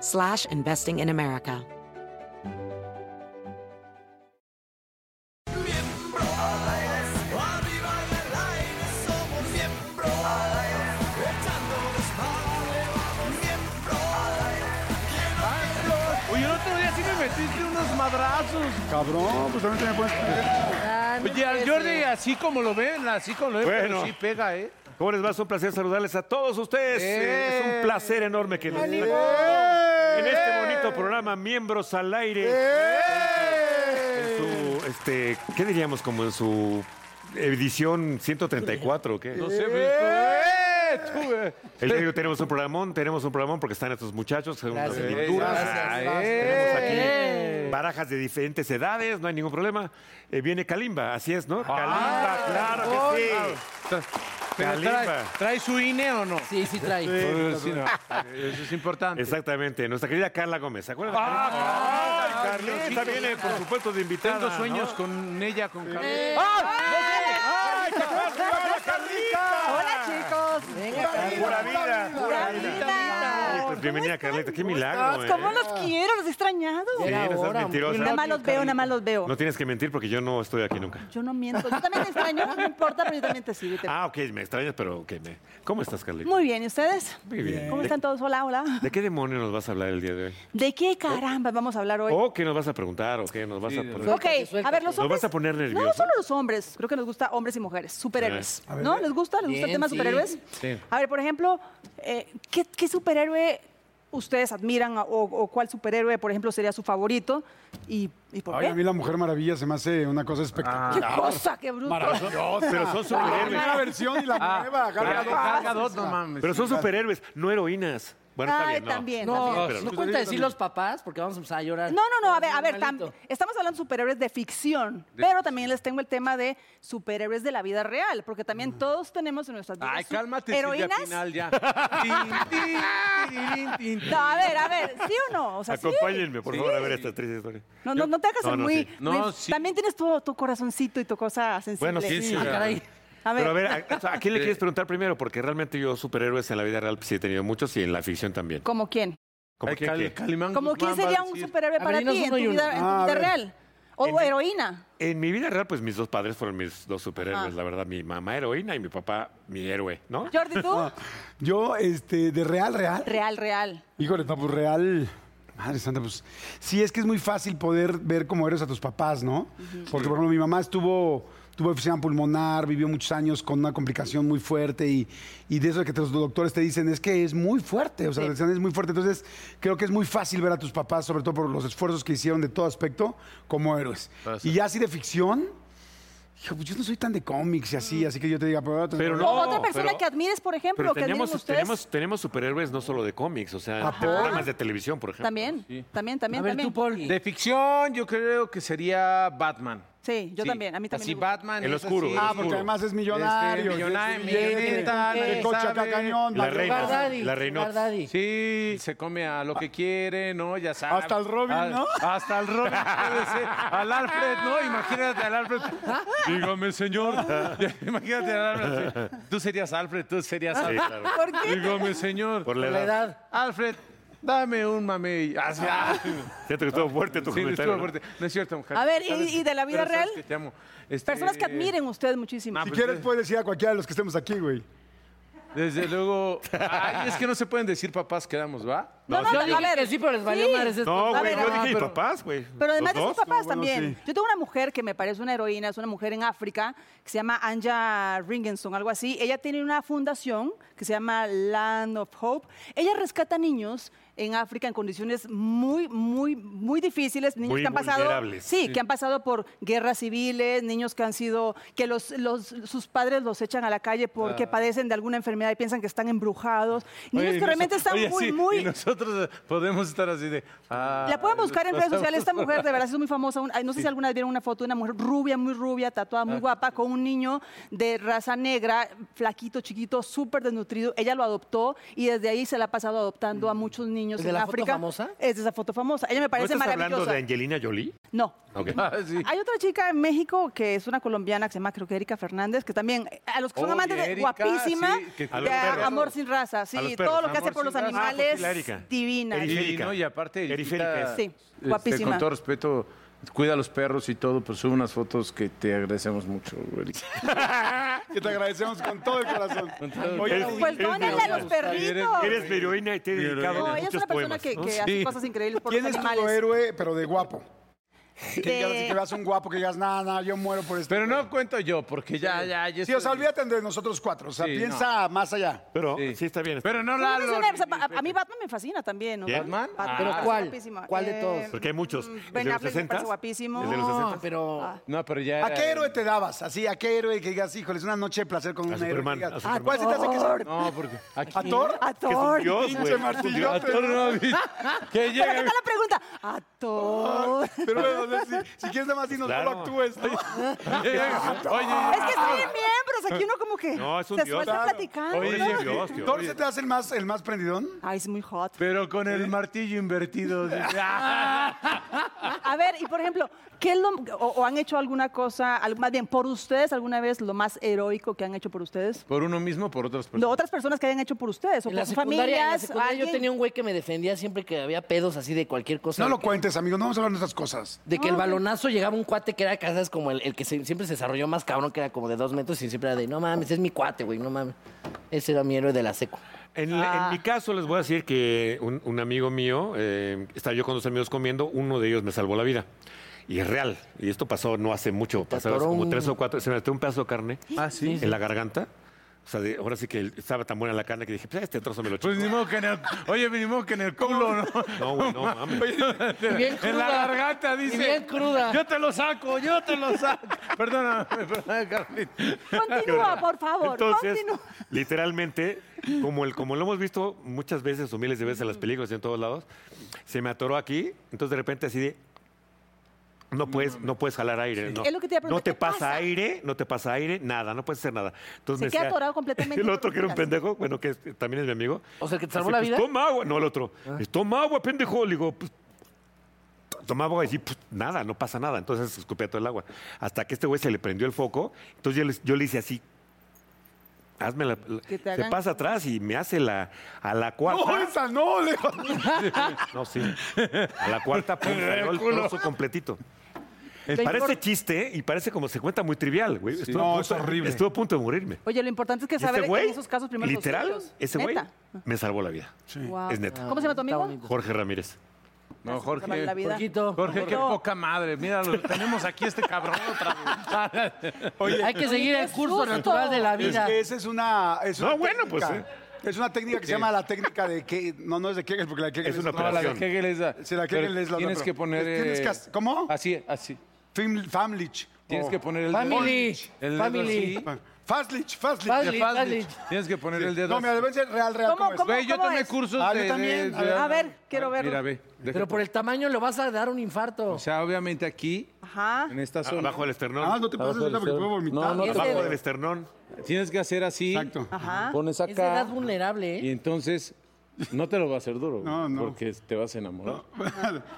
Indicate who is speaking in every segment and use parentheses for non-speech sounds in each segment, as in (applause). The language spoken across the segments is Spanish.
Speaker 1: slash investing in America.
Speaker 2: Miembro al aire, arriba en el aire, somos miembro al aire, echando desmadre, miembro al aire,
Speaker 3: Oye, el otro día sí me metiste unos madrazos.
Speaker 4: Cabrón, pues también te me puedes Ah,
Speaker 3: Oye, al Jordi, así como lo ven, así como lo ven, pero
Speaker 4: Bueno.
Speaker 3: sí pega, ¿eh?
Speaker 4: ¿Cómo les va? Es un placer saludarles a todos ustedes.
Speaker 3: ¡Eh!
Speaker 4: Es un placer enorme que nos estén en este bonito ¡Eh! programa Miembros al Aire. En su, este, ¿qué diríamos? Como en su edición 134, ¿o ¿qué?
Speaker 3: No sé, ¡Eh! Tú, eh.
Speaker 4: El negro tenemos un programón, tenemos un programón porque están estos muchachos, son unas virturas.
Speaker 3: Gracias.
Speaker 4: Tenemos aquí
Speaker 3: ¡Eh!
Speaker 4: barajas de diferentes edades, no hay ningún problema. Eh, viene Kalimba, así es, ¿no?
Speaker 5: Ah,
Speaker 4: Kalimba, claro que sí.
Speaker 3: Pero
Speaker 4: Kalimba. Pues,
Speaker 3: trae, trae su INE o no?
Speaker 6: Sí, sí trae.
Speaker 3: Eh, sí, no. Eso es importante.
Speaker 4: Exactamente, nuestra querida Carla Gómez, ¿se acuerdan? de Carlita?
Speaker 3: Ah,
Speaker 4: Ay,
Speaker 3: Carlita.
Speaker 4: Carlita viene, eh, por supuesto, de invitada.
Speaker 3: Tengo
Speaker 4: ¿no? ¡Ah!
Speaker 3: sueños con ella, con Carlos.
Speaker 4: ¡Ay, qué cosa! ¡Hola, Carlita!
Speaker 6: Hola chicos.
Speaker 4: ¡Pura vida! ¡Pura
Speaker 6: vida.
Speaker 4: vida! Pues bienvenida, Carlita, qué milagro.
Speaker 5: ¿Cómo
Speaker 4: ¿eh?
Speaker 5: los quiero? Los he extrañado.
Speaker 4: Sí, no seas
Speaker 6: hora,
Speaker 4: mentirosa.
Speaker 5: Nada más los veo, nada más los veo.
Speaker 4: No tienes que mentir porque yo no estoy aquí nunca.
Speaker 5: Yo no miento. Yo también te extraño, no me importa, pero yo también te sigo. y te-
Speaker 4: Ah, ok, me extrañas, pero ok. Me... ¿Cómo estás, Carlita?
Speaker 5: Muy bien, ¿y ustedes?
Speaker 4: Muy bien.
Speaker 5: ¿Cómo
Speaker 4: ¿De-
Speaker 5: están todos? Hola, hola.
Speaker 4: ¿De qué demonio nos vas a hablar el día de hoy?
Speaker 5: ¿De qué caramba vamos a hablar hoy?
Speaker 4: ¿O qué nos vas a preguntar? ¿O qué nos vas a poner?
Speaker 5: Ok, a ver, los
Speaker 4: Oh, ¿Nos
Speaker 5: hombres.
Speaker 4: vas a poner nervioso?
Speaker 5: No, solo los hombres. Creo que nos gusta hombres y mujeres, superhéroes. ¿No? ¿Les gusta? ¿Les gusta el
Speaker 6: Bien,
Speaker 5: tema de
Speaker 6: sí.
Speaker 5: superhéroes?
Speaker 3: Sí.
Speaker 5: A ver, por ejemplo, eh, ¿qué, qué superhéroe ustedes admiran o, o cuál superhéroe, por ejemplo, sería su favorito? ¿Y, y por
Speaker 4: Ay,
Speaker 5: qué? Ah,
Speaker 4: a mí
Speaker 7: Y la Mujer Maravilla se me hace una cosa espectacular.
Speaker 5: ¡Qué cosa! ¡Qué bruto! (laughs)
Speaker 4: Pero son
Speaker 7: la
Speaker 4: superhéroes.
Speaker 7: primera versión y la
Speaker 3: Ah,
Speaker 7: nueva.
Speaker 3: Carga
Speaker 7: Gal
Speaker 3: dos,
Speaker 7: Gadot.
Speaker 3: carga dos, no mames.
Speaker 4: Pero son superhéroes, no heroínas. Bueno, está
Speaker 5: Ay,
Speaker 4: bien, no.
Speaker 5: también,
Speaker 6: No,
Speaker 4: Pero-
Speaker 6: no
Speaker 5: pues,
Speaker 6: cuenta decir los papás porque vamos a empezar a llorar.
Speaker 5: No, no, no, a ver, a ver, tam-
Speaker 6: Normalito.
Speaker 5: estamos hablando de superhéroes de ficción, pero también les tengo el tema de superhéroes de la vida real, porque
Speaker 4: Mm.
Speaker 5: también todos tenemos en nuestras vidas
Speaker 3: Ay,
Speaker 5: su-
Speaker 3: cálmate,
Speaker 5: heroínas.
Speaker 3: Silvia Pinal,
Speaker 5: (laughs)
Speaker 3: ya. Tin, tin, tin, tin, tin.
Speaker 5: No, a ver, a ver, ¿sí o no? O sea, sí.
Speaker 4: Acompáñenme, por
Speaker 3: Sí.
Speaker 4: favor, a ver esta triste historia.
Speaker 5: No, no, no te hagas
Speaker 4: No,
Speaker 5: el
Speaker 4: no,
Speaker 5: muy,
Speaker 4: sí.
Speaker 3: No,
Speaker 5: muy-
Speaker 3: sí.
Speaker 5: También tienes tu, tu corazoncito y tu cosa sensible.
Speaker 4: Bueno, sí, sí.
Speaker 6: Ah, caray.
Speaker 5: A ver,
Speaker 4: Pero a ver, ¿a, a quién le quieres preguntar primero? Porque realmente yo superhéroes en la vida real pues, sí he tenido muchos y en la ficción también.
Speaker 5: ¿como quién?
Speaker 4: ¿Cómo
Speaker 3: Ay,
Speaker 4: que,
Speaker 3: Cal-
Speaker 4: que-
Speaker 3: Calimán
Speaker 5: ¿Como
Speaker 3: Guzmán
Speaker 5: quién
Speaker 3: va a
Speaker 5: sería un
Speaker 3: decir,
Speaker 5: superhéroe
Speaker 6: A
Speaker 5: para
Speaker 6: ver, dinos
Speaker 5: ti en
Speaker 6: uno
Speaker 5: tu
Speaker 6: y uno.
Speaker 5: vida, en tu
Speaker 7: Ah, a
Speaker 5: vida
Speaker 7: ver.
Speaker 5: real? ¿O
Speaker 4: En-
Speaker 5: heroína?
Speaker 4: En mi vida real, pues mis dos padres fueron mis dos superhéroes.
Speaker 5: Ah.
Speaker 4: La verdad, mi mamá heroína y mi papá mi héroe, ¿no?
Speaker 5: Jordi, ¿tú?
Speaker 7: Yo, este, de real, real.
Speaker 5: Real, real.
Speaker 7: Híjole, no, pues real. Madre santa, pues sí, es que es muy fácil poder ver cómo eres a tus papás, ¿no? Porque, por ejemplo, mi mamá estuvo, tuvo enfermedad pulmonar, vivió muchos años con una complicación muy fuerte y, y de eso que te- los doctores te dicen es que es muy fuerte, o sea, decían, es muy fuerte. Entonces, creo que es muy fácil ver a tus papás, sobre todo por los esfuerzos que hicieron de todo aspecto, como héroes.
Speaker 4: Ah,
Speaker 7: Y ya así de ficción, hijo, pues yo no soy tan de cómics y así, así que yo te diga, pero,
Speaker 4: Pero
Speaker 5: ¿O
Speaker 4: no.
Speaker 5: otra persona
Speaker 4: pero-
Speaker 5: que admires, por ejemplo,
Speaker 4: Pero
Speaker 5: que admiren
Speaker 4: tenemos,
Speaker 5: ustedes?
Speaker 4: tenemos, tenemos superhéroes no solo de cómics, o sea, de
Speaker 7: Ajá.
Speaker 4: programas de televisión, por ejemplo.
Speaker 5: También, también, también,
Speaker 6: A ver,
Speaker 5: también.
Speaker 6: tú, Paul.
Speaker 3: De ficción, yo creo que sería Batman.
Speaker 5: Sí, yo también, a mí también
Speaker 3: Así
Speaker 5: me gusta.
Speaker 3: Batman.
Speaker 4: El
Speaker 3: es
Speaker 4: oscuro,
Speaker 3: así.
Speaker 4: el
Speaker 7: Ah, porque además es millonario.
Speaker 3: Este, millonario,
Speaker 7: que es billete,
Speaker 3: millonario,
Speaker 7: que
Speaker 3: eh,
Speaker 7: coche acá
Speaker 3: sabe.
Speaker 7: cañón.
Speaker 4: La
Speaker 7: Mario
Speaker 4: reina.
Speaker 7: Barba.
Speaker 6: Guardadi,
Speaker 4: La Reynolds.
Speaker 6: Guardadi.
Speaker 3: Sí, se come a lo que quiere, ¿no? Ya sabes.
Speaker 7: Hasta el Robin,
Speaker 3: Ah,
Speaker 7: ¿no?
Speaker 3: Hasta el Robin puede ser. Al Alfred, ¿no? Imagínate al Alfred. Dígame, señor. (laughs) Imagínate al Alfred. sí. Tú serías Alfred, tú serías
Speaker 4: Sí,
Speaker 3: Alfred.
Speaker 4: claro.
Speaker 5: ¿Por qué?
Speaker 3: Dígame, señor.
Speaker 4: Por la
Speaker 6: La
Speaker 4: edad.
Speaker 6: edad.
Speaker 3: Alfred, dame un mamey. Ah, sí, ah.
Speaker 4: Siento que estuvo fuerte tu
Speaker 3: Sí,
Speaker 4: comentario.
Speaker 3: estuvo
Speaker 4: ¿no?
Speaker 3: fuerte. No es cierto, mujer.
Speaker 5: A ver, ¿y-
Speaker 3: Sabes-
Speaker 5: y de la vida
Speaker 3: pero sabes
Speaker 5: real?
Speaker 3: que te amo. Este,
Speaker 5: Personas que admiren ustedes muchísimo.
Speaker 3: no,
Speaker 7: Si
Speaker 3: pues,
Speaker 7: quieres, puedes decir a cualquiera de los que estemos aquí, güey.
Speaker 3: Desde luego. Ay, es que no se pueden decir papás que damos, ¿va?
Speaker 5: No, no,
Speaker 6: Yo
Speaker 5: no,
Speaker 6: dije
Speaker 5: a ver.
Speaker 6: que sí, pero les valió
Speaker 5: sí.
Speaker 6: madres esto.
Speaker 4: No,
Speaker 5: A
Speaker 4: güey,
Speaker 5: ver,
Speaker 4: yo
Speaker 5: ah,
Speaker 4: dije y
Speaker 6: pero-
Speaker 4: papás, güey.
Speaker 5: Pero además de
Speaker 4: ¿Los
Speaker 5: sus
Speaker 4: dos?
Speaker 5: papás
Speaker 8: bueno,
Speaker 5: también.
Speaker 8: sí.
Speaker 5: Yo tengo una mujer que me parece una heroína, es una mujer en África, que se llama Anja Ringenson, algo así. Ella tiene una fundación que se llama Land of Hope. Ella rescata niños en África en condiciones muy, muy, muy difíciles. Niños
Speaker 4: Muy
Speaker 5: que han pasado.
Speaker 4: vulnerables.
Speaker 5: Sí, que han pasado por guerras civiles, niños que han sido. que los, los- sus padres los echan a la calle porque padecen de alguna enfermedad y piensan que están embrujados. Niños
Speaker 3: Oye, y
Speaker 5: que
Speaker 3: nos-
Speaker 5: realmente están
Speaker 3: oye,
Speaker 5: muy,
Speaker 3: sí,
Speaker 5: muy.
Speaker 3: Y nosotros eh, podemos estar así de. ah,
Speaker 5: La pueden buscar en
Speaker 3: los
Speaker 5: redes
Speaker 3: pasamos.
Speaker 5: sociales. Esta mujer de verdad (laughs) es muy famosa. Un- ay, No sé si alguna vez vieron una foto de una mujer rubia, muy rubia, tatuada,
Speaker 3: Ah.
Speaker 5: muy guapa, con un niño de raza negra, flaquito, chiquito, súper desnutrido. Ella lo adoptó y desde ahí se la ha pasado adoptando
Speaker 3: Mm.
Speaker 5: a muchos niños
Speaker 6: ¿Es de
Speaker 5: en
Speaker 6: la foto
Speaker 5: África.
Speaker 6: famosa?
Speaker 5: Es de esa foto famosa. Ella me
Speaker 4: ¿No
Speaker 5: parece
Speaker 4: estás hablando
Speaker 5: maravillosa.
Speaker 4: de Angelina Jolie?
Speaker 5: No.
Speaker 4: Ok.
Speaker 3: Ah, sí.
Speaker 5: Hay otra chica en México que es una colombiana que se llama creo que Erika Fernández, que también, eh, a los que son
Speaker 3: Oye,
Speaker 5: amantes de
Speaker 3: Erika,
Speaker 5: guapísima,
Speaker 3: sí, que-
Speaker 4: A
Speaker 5: de
Speaker 4: los perros.
Speaker 5: Amor sin raza, sí,
Speaker 4: A los
Speaker 5: todo
Speaker 4: perros,
Speaker 5: lo que hace
Speaker 3: Amor
Speaker 5: por los
Speaker 3: sin raza. Ah,
Speaker 4: pues sí,
Speaker 5: animales,
Speaker 4: la Erika.
Speaker 5: divina.
Speaker 4: Erika.
Speaker 3: Sí, no, y aparte.
Speaker 4: Periférica.
Speaker 3: Eriquita,
Speaker 5: Sí,
Speaker 3: este,
Speaker 5: guapísima.
Speaker 3: con todo respeto, cuida a los perros y todo, pues sube unas fotos que te agradecemos mucho, Eric.
Speaker 7: (laughs) Que te agradecemos con todo el corazón.
Speaker 4: Oye,
Speaker 5: Pues dónenle a los perritos.
Speaker 4: Eres mi heroína y te he dedicado
Speaker 5: No, ella es
Speaker 4: muchos
Speaker 5: una persona
Speaker 4: poemas. Oh,
Speaker 5: que,
Speaker 4: ¿no?
Speaker 5: que hace cosas increíbles por los
Speaker 7: ¿Quién es tu
Speaker 5: animales.
Speaker 7: héroe, pero de guapo? Que,
Speaker 5: De-
Speaker 7: digas- que veas un guapo que digas, nada, nada, yo muero por este.
Speaker 3: Pero no cuento yo, porque ya, ya. ya
Speaker 7: Sí, o sea, olvídate de nosotros cuatro. O sea,
Speaker 3: Sí,
Speaker 7: piensa más allá.
Speaker 4: Pero
Speaker 3: Sí.
Speaker 4: sí. está bien.
Speaker 3: Pero no
Speaker 5: No, Ah, no,
Speaker 3: la.
Speaker 5: no, no, o sea, pa- a, a mí Batman me fascina también. ¿no?
Speaker 4: ¿Quién?
Speaker 3: ¿Batman?
Speaker 4: Ah,
Speaker 5: Batman
Speaker 6: ¿Pero
Speaker 5: me parece
Speaker 6: cuál?
Speaker 5: guapísimo. Eh,
Speaker 6: ¿Cuál de todos?
Speaker 4: Porque hay muchos.
Speaker 5: Mm,
Speaker 4: ¿El
Speaker 5: Ben
Speaker 4: de los
Speaker 5: Affleck me
Speaker 4: 60?
Speaker 5: parece guapísimo. Ah.
Speaker 4: ¿El de los
Speaker 5: No,
Speaker 4: 60?
Speaker 6: pero...
Speaker 3: No, pero ya.
Speaker 7: ¿A
Speaker 3: era-
Speaker 7: qué héroe te dabas? Así, ¿a qué héroe que digas, híjole, es una noche de placer con
Speaker 4: A
Speaker 7: un héroe? que
Speaker 4: Superman,
Speaker 7: digas, "Ah,
Speaker 4: a Superman.
Speaker 7: ¿Cuál se te hace que es?
Speaker 3: No, porque.
Speaker 7: ¿A Thor?
Speaker 5: A
Speaker 4: Que es un
Speaker 5: Thor.
Speaker 4: dios,
Speaker 7: Pinche
Speaker 4: güey.
Speaker 3: A
Speaker 7: martillote.
Speaker 3: Thor no, vi- que
Speaker 5: Pero acá
Speaker 3: llega.
Speaker 5: está la pregunta. A Thor.
Speaker 7: Pero bueno, o sea, si, si quieres nada más dinos,
Speaker 4: Claro.
Speaker 7: no lo actúes. ¿no?
Speaker 5: (laughs)
Speaker 3: llega-
Speaker 5: Es
Speaker 3: (laughs) Oye,
Speaker 5: que están bien miembros. Aquí uno como que
Speaker 4: No, es un
Speaker 5: se
Speaker 4: dios.
Speaker 5: suelta
Speaker 4: Claro.
Speaker 5: platicando.
Speaker 4: Oye,
Speaker 5: ¿no?
Speaker 4: es un dios, tío.
Speaker 7: ¿Thor se te hace el más, el más prendidón?
Speaker 5: Ay, es muy hot. ¿Eh?
Speaker 3: pero con el
Speaker 5: (laughs)
Speaker 3: martillo invertido. dice, ah.
Speaker 5: A ver, y por ejemplo, ¿qué es lo, o, o han hecho alguna cosa, al- más bien, por ustedes alguna vez lo más heroico que han hecho por ustedes?
Speaker 3: Por uno mismo, por otras
Speaker 4: Pues
Speaker 3: personas.
Speaker 5: No, otras personas que hayan hecho por ustedes o
Speaker 6: En
Speaker 5: por
Speaker 6: la
Speaker 5: sus
Speaker 6: secundaria, en la
Speaker 5: familias.
Speaker 6: secundaria yo
Speaker 5: alguien.
Speaker 6: tenía un güey que me defendía siempre que había pedos así de cualquier cosa.
Speaker 7: No lo
Speaker 6: Que-
Speaker 7: cuentes, amigo, no vamos a hablar de esas cosas.
Speaker 6: De que el balonazo llegaba un cuate que era casas como el, el que se- siempre se desarrolló más cabrón, que era como de dos metros y siempre era de, no mames, es mi cuate, güey, no mames. Ese era mi héroe de la seco.
Speaker 4: En, la- en
Speaker 3: Ah.
Speaker 4: mi caso les voy a decir que un, un amigo mío, eh, estaba yo con dos amigos comiendo, uno de ellos me salvó la vida. Y es real. Y esto pasó no hace mucho, pasó hace
Speaker 6: atoró
Speaker 4: como
Speaker 6: un-
Speaker 4: tres o cuatro, se me metió un pedazo de carne
Speaker 3: Ah, sí.
Speaker 4: en la garganta. O sea, de- ahora sí que estaba tan buena la carne que dije, pues este trozo me lo
Speaker 3: Pues
Speaker 4: chingo.
Speaker 3: ni modo que en el, oye, ni modo que en el culo, ¿no?
Speaker 4: No, güey, no mames.
Speaker 6: bien
Speaker 3: en la
Speaker 6: cruda.
Speaker 3: garganta,
Speaker 6: Y
Speaker 3: dice.
Speaker 6: bien cruda.
Speaker 3: Yo te (laughs) lo saco, yo te
Speaker 6: (laughs)
Speaker 3: lo saco. Perdóname, perdóname, Carlita.
Speaker 5: Continúa, por favor.
Speaker 4: Entonces,
Speaker 5: continúa.
Speaker 4: literalmente, como, el, como lo hemos visto muchas veces o miles de veces en las películas y en todos lados, se me atoró aquí, entonces de repente así de... No puedes, no puedes jalar aire. No.
Speaker 5: Es lo que te iba a preguntar,
Speaker 4: no te
Speaker 5: ¿qué
Speaker 4: pasa,
Speaker 5: pasa?
Speaker 4: aire, no te pasa aire, nada, no puedes hacer nada. Entonces
Speaker 5: Se
Speaker 4: me
Speaker 5: queda
Speaker 4: decía-
Speaker 5: atorado completamente
Speaker 4: (laughs) El otro que era un
Speaker 5: en
Speaker 4: pendejo, bueno, que es- también es mi amigo.
Speaker 6: O sea, ¿que te
Speaker 4: Así,
Speaker 6: salvó la
Speaker 4: pues,
Speaker 6: vida? Ah.
Speaker 4: Toma agua. No, el otro. pues, Toma agua, pendejo. Le digo, pues, tomaba y pues, nada, no pasa nada. Entonces escupía todo el agua. Hasta que este güey se le prendió el foco. Entonces yo le, yo le hice así. Hazme la. la-
Speaker 5: Que te
Speaker 4: se
Speaker 5: hagan-
Speaker 4: pasa atrás y me hace la. A la
Speaker 7: No,
Speaker 4: cuarta.
Speaker 7: esa no, le
Speaker 4: No, sí. A la
Speaker 5: (laughs)
Speaker 4: cuarta, pum, salió el trozo completito. Parece chiste y parece como se cuenta muy trivial, güey. Estuve a
Speaker 7: No,
Speaker 4: punto-
Speaker 7: es horrible.
Speaker 4: Estuve a punto de morirme.
Speaker 5: Oye, lo importante es que
Speaker 4: Y
Speaker 5: saber
Speaker 4: este güey,
Speaker 5: en esos casos primero los
Speaker 4: literal,
Speaker 5: suyos.
Speaker 4: ese güey
Speaker 5: Neta.
Speaker 4: me salvó la vida.
Speaker 5: Guau.
Speaker 4: Es neta.
Speaker 5: ¿Cómo se llama
Speaker 6: Está
Speaker 5: tu amigo?
Speaker 6: bonito.
Speaker 4: Jorge Ramírez.
Speaker 3: No,
Speaker 5: Salvarle la
Speaker 3: Jorge.
Speaker 5: vida.
Speaker 6: Poquito.
Speaker 3: Jorge, qué poca madre. Mira, lo tenemos aquí este cabrón otra vez.
Speaker 6: Hay que seguir el curso
Speaker 5: susto.
Speaker 6: natural de la
Speaker 7: Es
Speaker 6: vida.
Speaker 7: que esa es una. Es
Speaker 4: No,
Speaker 7: una
Speaker 4: bueno, pues,
Speaker 7: técnica. eh. Es una técnica que se llama la técnica de que. No, no es de Kegel, porque la de Kegel
Speaker 4: Es una
Speaker 7: otra.
Speaker 3: No, la de
Speaker 4: Operación.
Speaker 3: Hegel es la.
Speaker 7: Sí, la Hegel
Speaker 3: pero
Speaker 7: es la otra,
Speaker 3: Tienes
Speaker 7: pero-
Speaker 3: que poner.
Speaker 7: Tienes que
Speaker 3: eh,
Speaker 7: hacer- ¿cómo?
Speaker 3: Así, así.
Speaker 7: Fam- Famlich.
Speaker 3: Tienes
Speaker 7: Oh.
Speaker 3: que poner el dedo-
Speaker 6: Family.
Speaker 3: El dedo
Speaker 6: Family.
Speaker 3: así.
Speaker 7: Fazlich, Fazlich.
Speaker 6: Fazlich.
Speaker 3: De
Speaker 6: Fazlich.
Speaker 3: Fazlich. Tienes que poner el dedo.
Speaker 7: No, mira,
Speaker 3: así.
Speaker 7: debe ser real, real.
Speaker 5: ¿Cómo,
Speaker 7: es?
Speaker 5: cómo?
Speaker 3: Ve, yo
Speaker 5: ¿Cómo
Speaker 3: tomé
Speaker 5: es?
Speaker 3: cursos
Speaker 7: Ah,
Speaker 3: de,
Speaker 7: yo
Speaker 3: de-
Speaker 7: también.
Speaker 3: de-
Speaker 5: A ver, quiero verlo.
Speaker 3: Mira, ve.
Speaker 6: Pero por el tamaño le vas a dar un infarto.
Speaker 3: O sea, obviamente aquí,
Speaker 5: Ajá.
Speaker 3: en esta zona,
Speaker 4: Ah, Abajo del esternón.
Speaker 7: Ah, no te pases
Speaker 3: Abajo del
Speaker 7: ahorita porque
Speaker 3: sol.
Speaker 7: puedo vomitar.
Speaker 3: No, no te-
Speaker 4: Abajo
Speaker 5: Ese-
Speaker 4: del esternón.
Speaker 3: tienes que hacer así.
Speaker 7: Exacto.
Speaker 5: Ajá.
Speaker 3: Pones
Speaker 6: es de edad
Speaker 3: acá.
Speaker 6: vulnerable, ¿eh?
Speaker 3: Y entonces, no te lo va a hacer duro, güey,
Speaker 7: No, no.
Speaker 3: porque te vas a enamorar.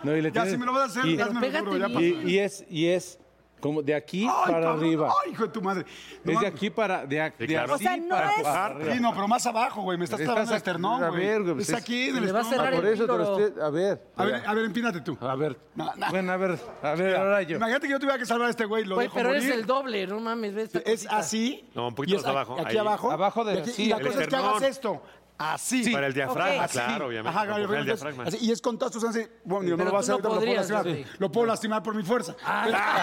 Speaker 3: No, y le
Speaker 7: ya,
Speaker 3: tienes-
Speaker 7: si me lo vas a hacer,
Speaker 3: y-
Speaker 7: ya me
Speaker 6: pégate
Speaker 7: juro, ya
Speaker 6: bien.
Speaker 7: pasó.
Speaker 3: Y, y es, y es como de aquí
Speaker 7: Ay,
Speaker 3: para
Speaker 7: cabrón,
Speaker 3: arriba.
Speaker 7: Ay, hijo de tu madre. No,
Speaker 3: Es de
Speaker 7: mames.
Speaker 3: aquí para, de, a- de
Speaker 4: claro.
Speaker 5: O sea,
Speaker 3: así
Speaker 5: no
Speaker 3: para,
Speaker 5: es-
Speaker 3: para arriba.
Speaker 7: Sí, no, pero más abajo, güey. Me estás
Speaker 3: Estás
Speaker 7: trabando el
Speaker 3: aquí,
Speaker 7: esternón,
Speaker 3: a ver,
Speaker 7: güey.
Speaker 3: güey,
Speaker 7: Es
Speaker 3: pues,
Speaker 7: aquí, en el
Speaker 6: Le va a
Speaker 7: estómago.
Speaker 6: cerrar
Speaker 3: Por
Speaker 6: el
Speaker 3: eso te lo
Speaker 6: píloro.
Speaker 3: estoy- a ver.
Speaker 7: A ver, a ver, empínate tú.
Speaker 3: A ver.
Speaker 7: No, no.
Speaker 3: Bueno, a ver, a ver, ahora yo.
Speaker 7: Imagínate que yo tuviera que salvar a este güey, lo
Speaker 6: Güey,
Speaker 7: dejo
Speaker 6: pero
Speaker 7: morir.
Speaker 6: eres el doble, no mames. Ve esta
Speaker 7: Es
Speaker 6: cosita.
Speaker 7: así.
Speaker 4: No, un poquito
Speaker 7: y es
Speaker 4: más abajo,
Speaker 7: Aquí
Speaker 4: ahí.
Speaker 7: abajo.
Speaker 3: Abajo de-
Speaker 7: y aquí-
Speaker 3: sí,
Speaker 7: y la
Speaker 3: el
Speaker 7: cosa es que
Speaker 4: esternón.
Speaker 7: hagas esto. Así.
Speaker 4: Para el diafragma,
Speaker 5: Ok.
Speaker 4: claro, obviamente.
Speaker 7: Ajá,
Speaker 4: para
Speaker 7: Gabriel,
Speaker 4: coger el
Speaker 7: entonces,
Speaker 4: diafragma.
Speaker 7: así, y es con todas tus ansias. Bueno, yo no
Speaker 6: Pero
Speaker 7: lo voy a
Speaker 6: tú
Speaker 7: hacer
Speaker 6: no
Speaker 7: ahorita, pero lo puedo
Speaker 6: podrías,
Speaker 7: lastimar.
Speaker 6: Jordi.
Speaker 7: Lo puedo lastimar por mi fuerza.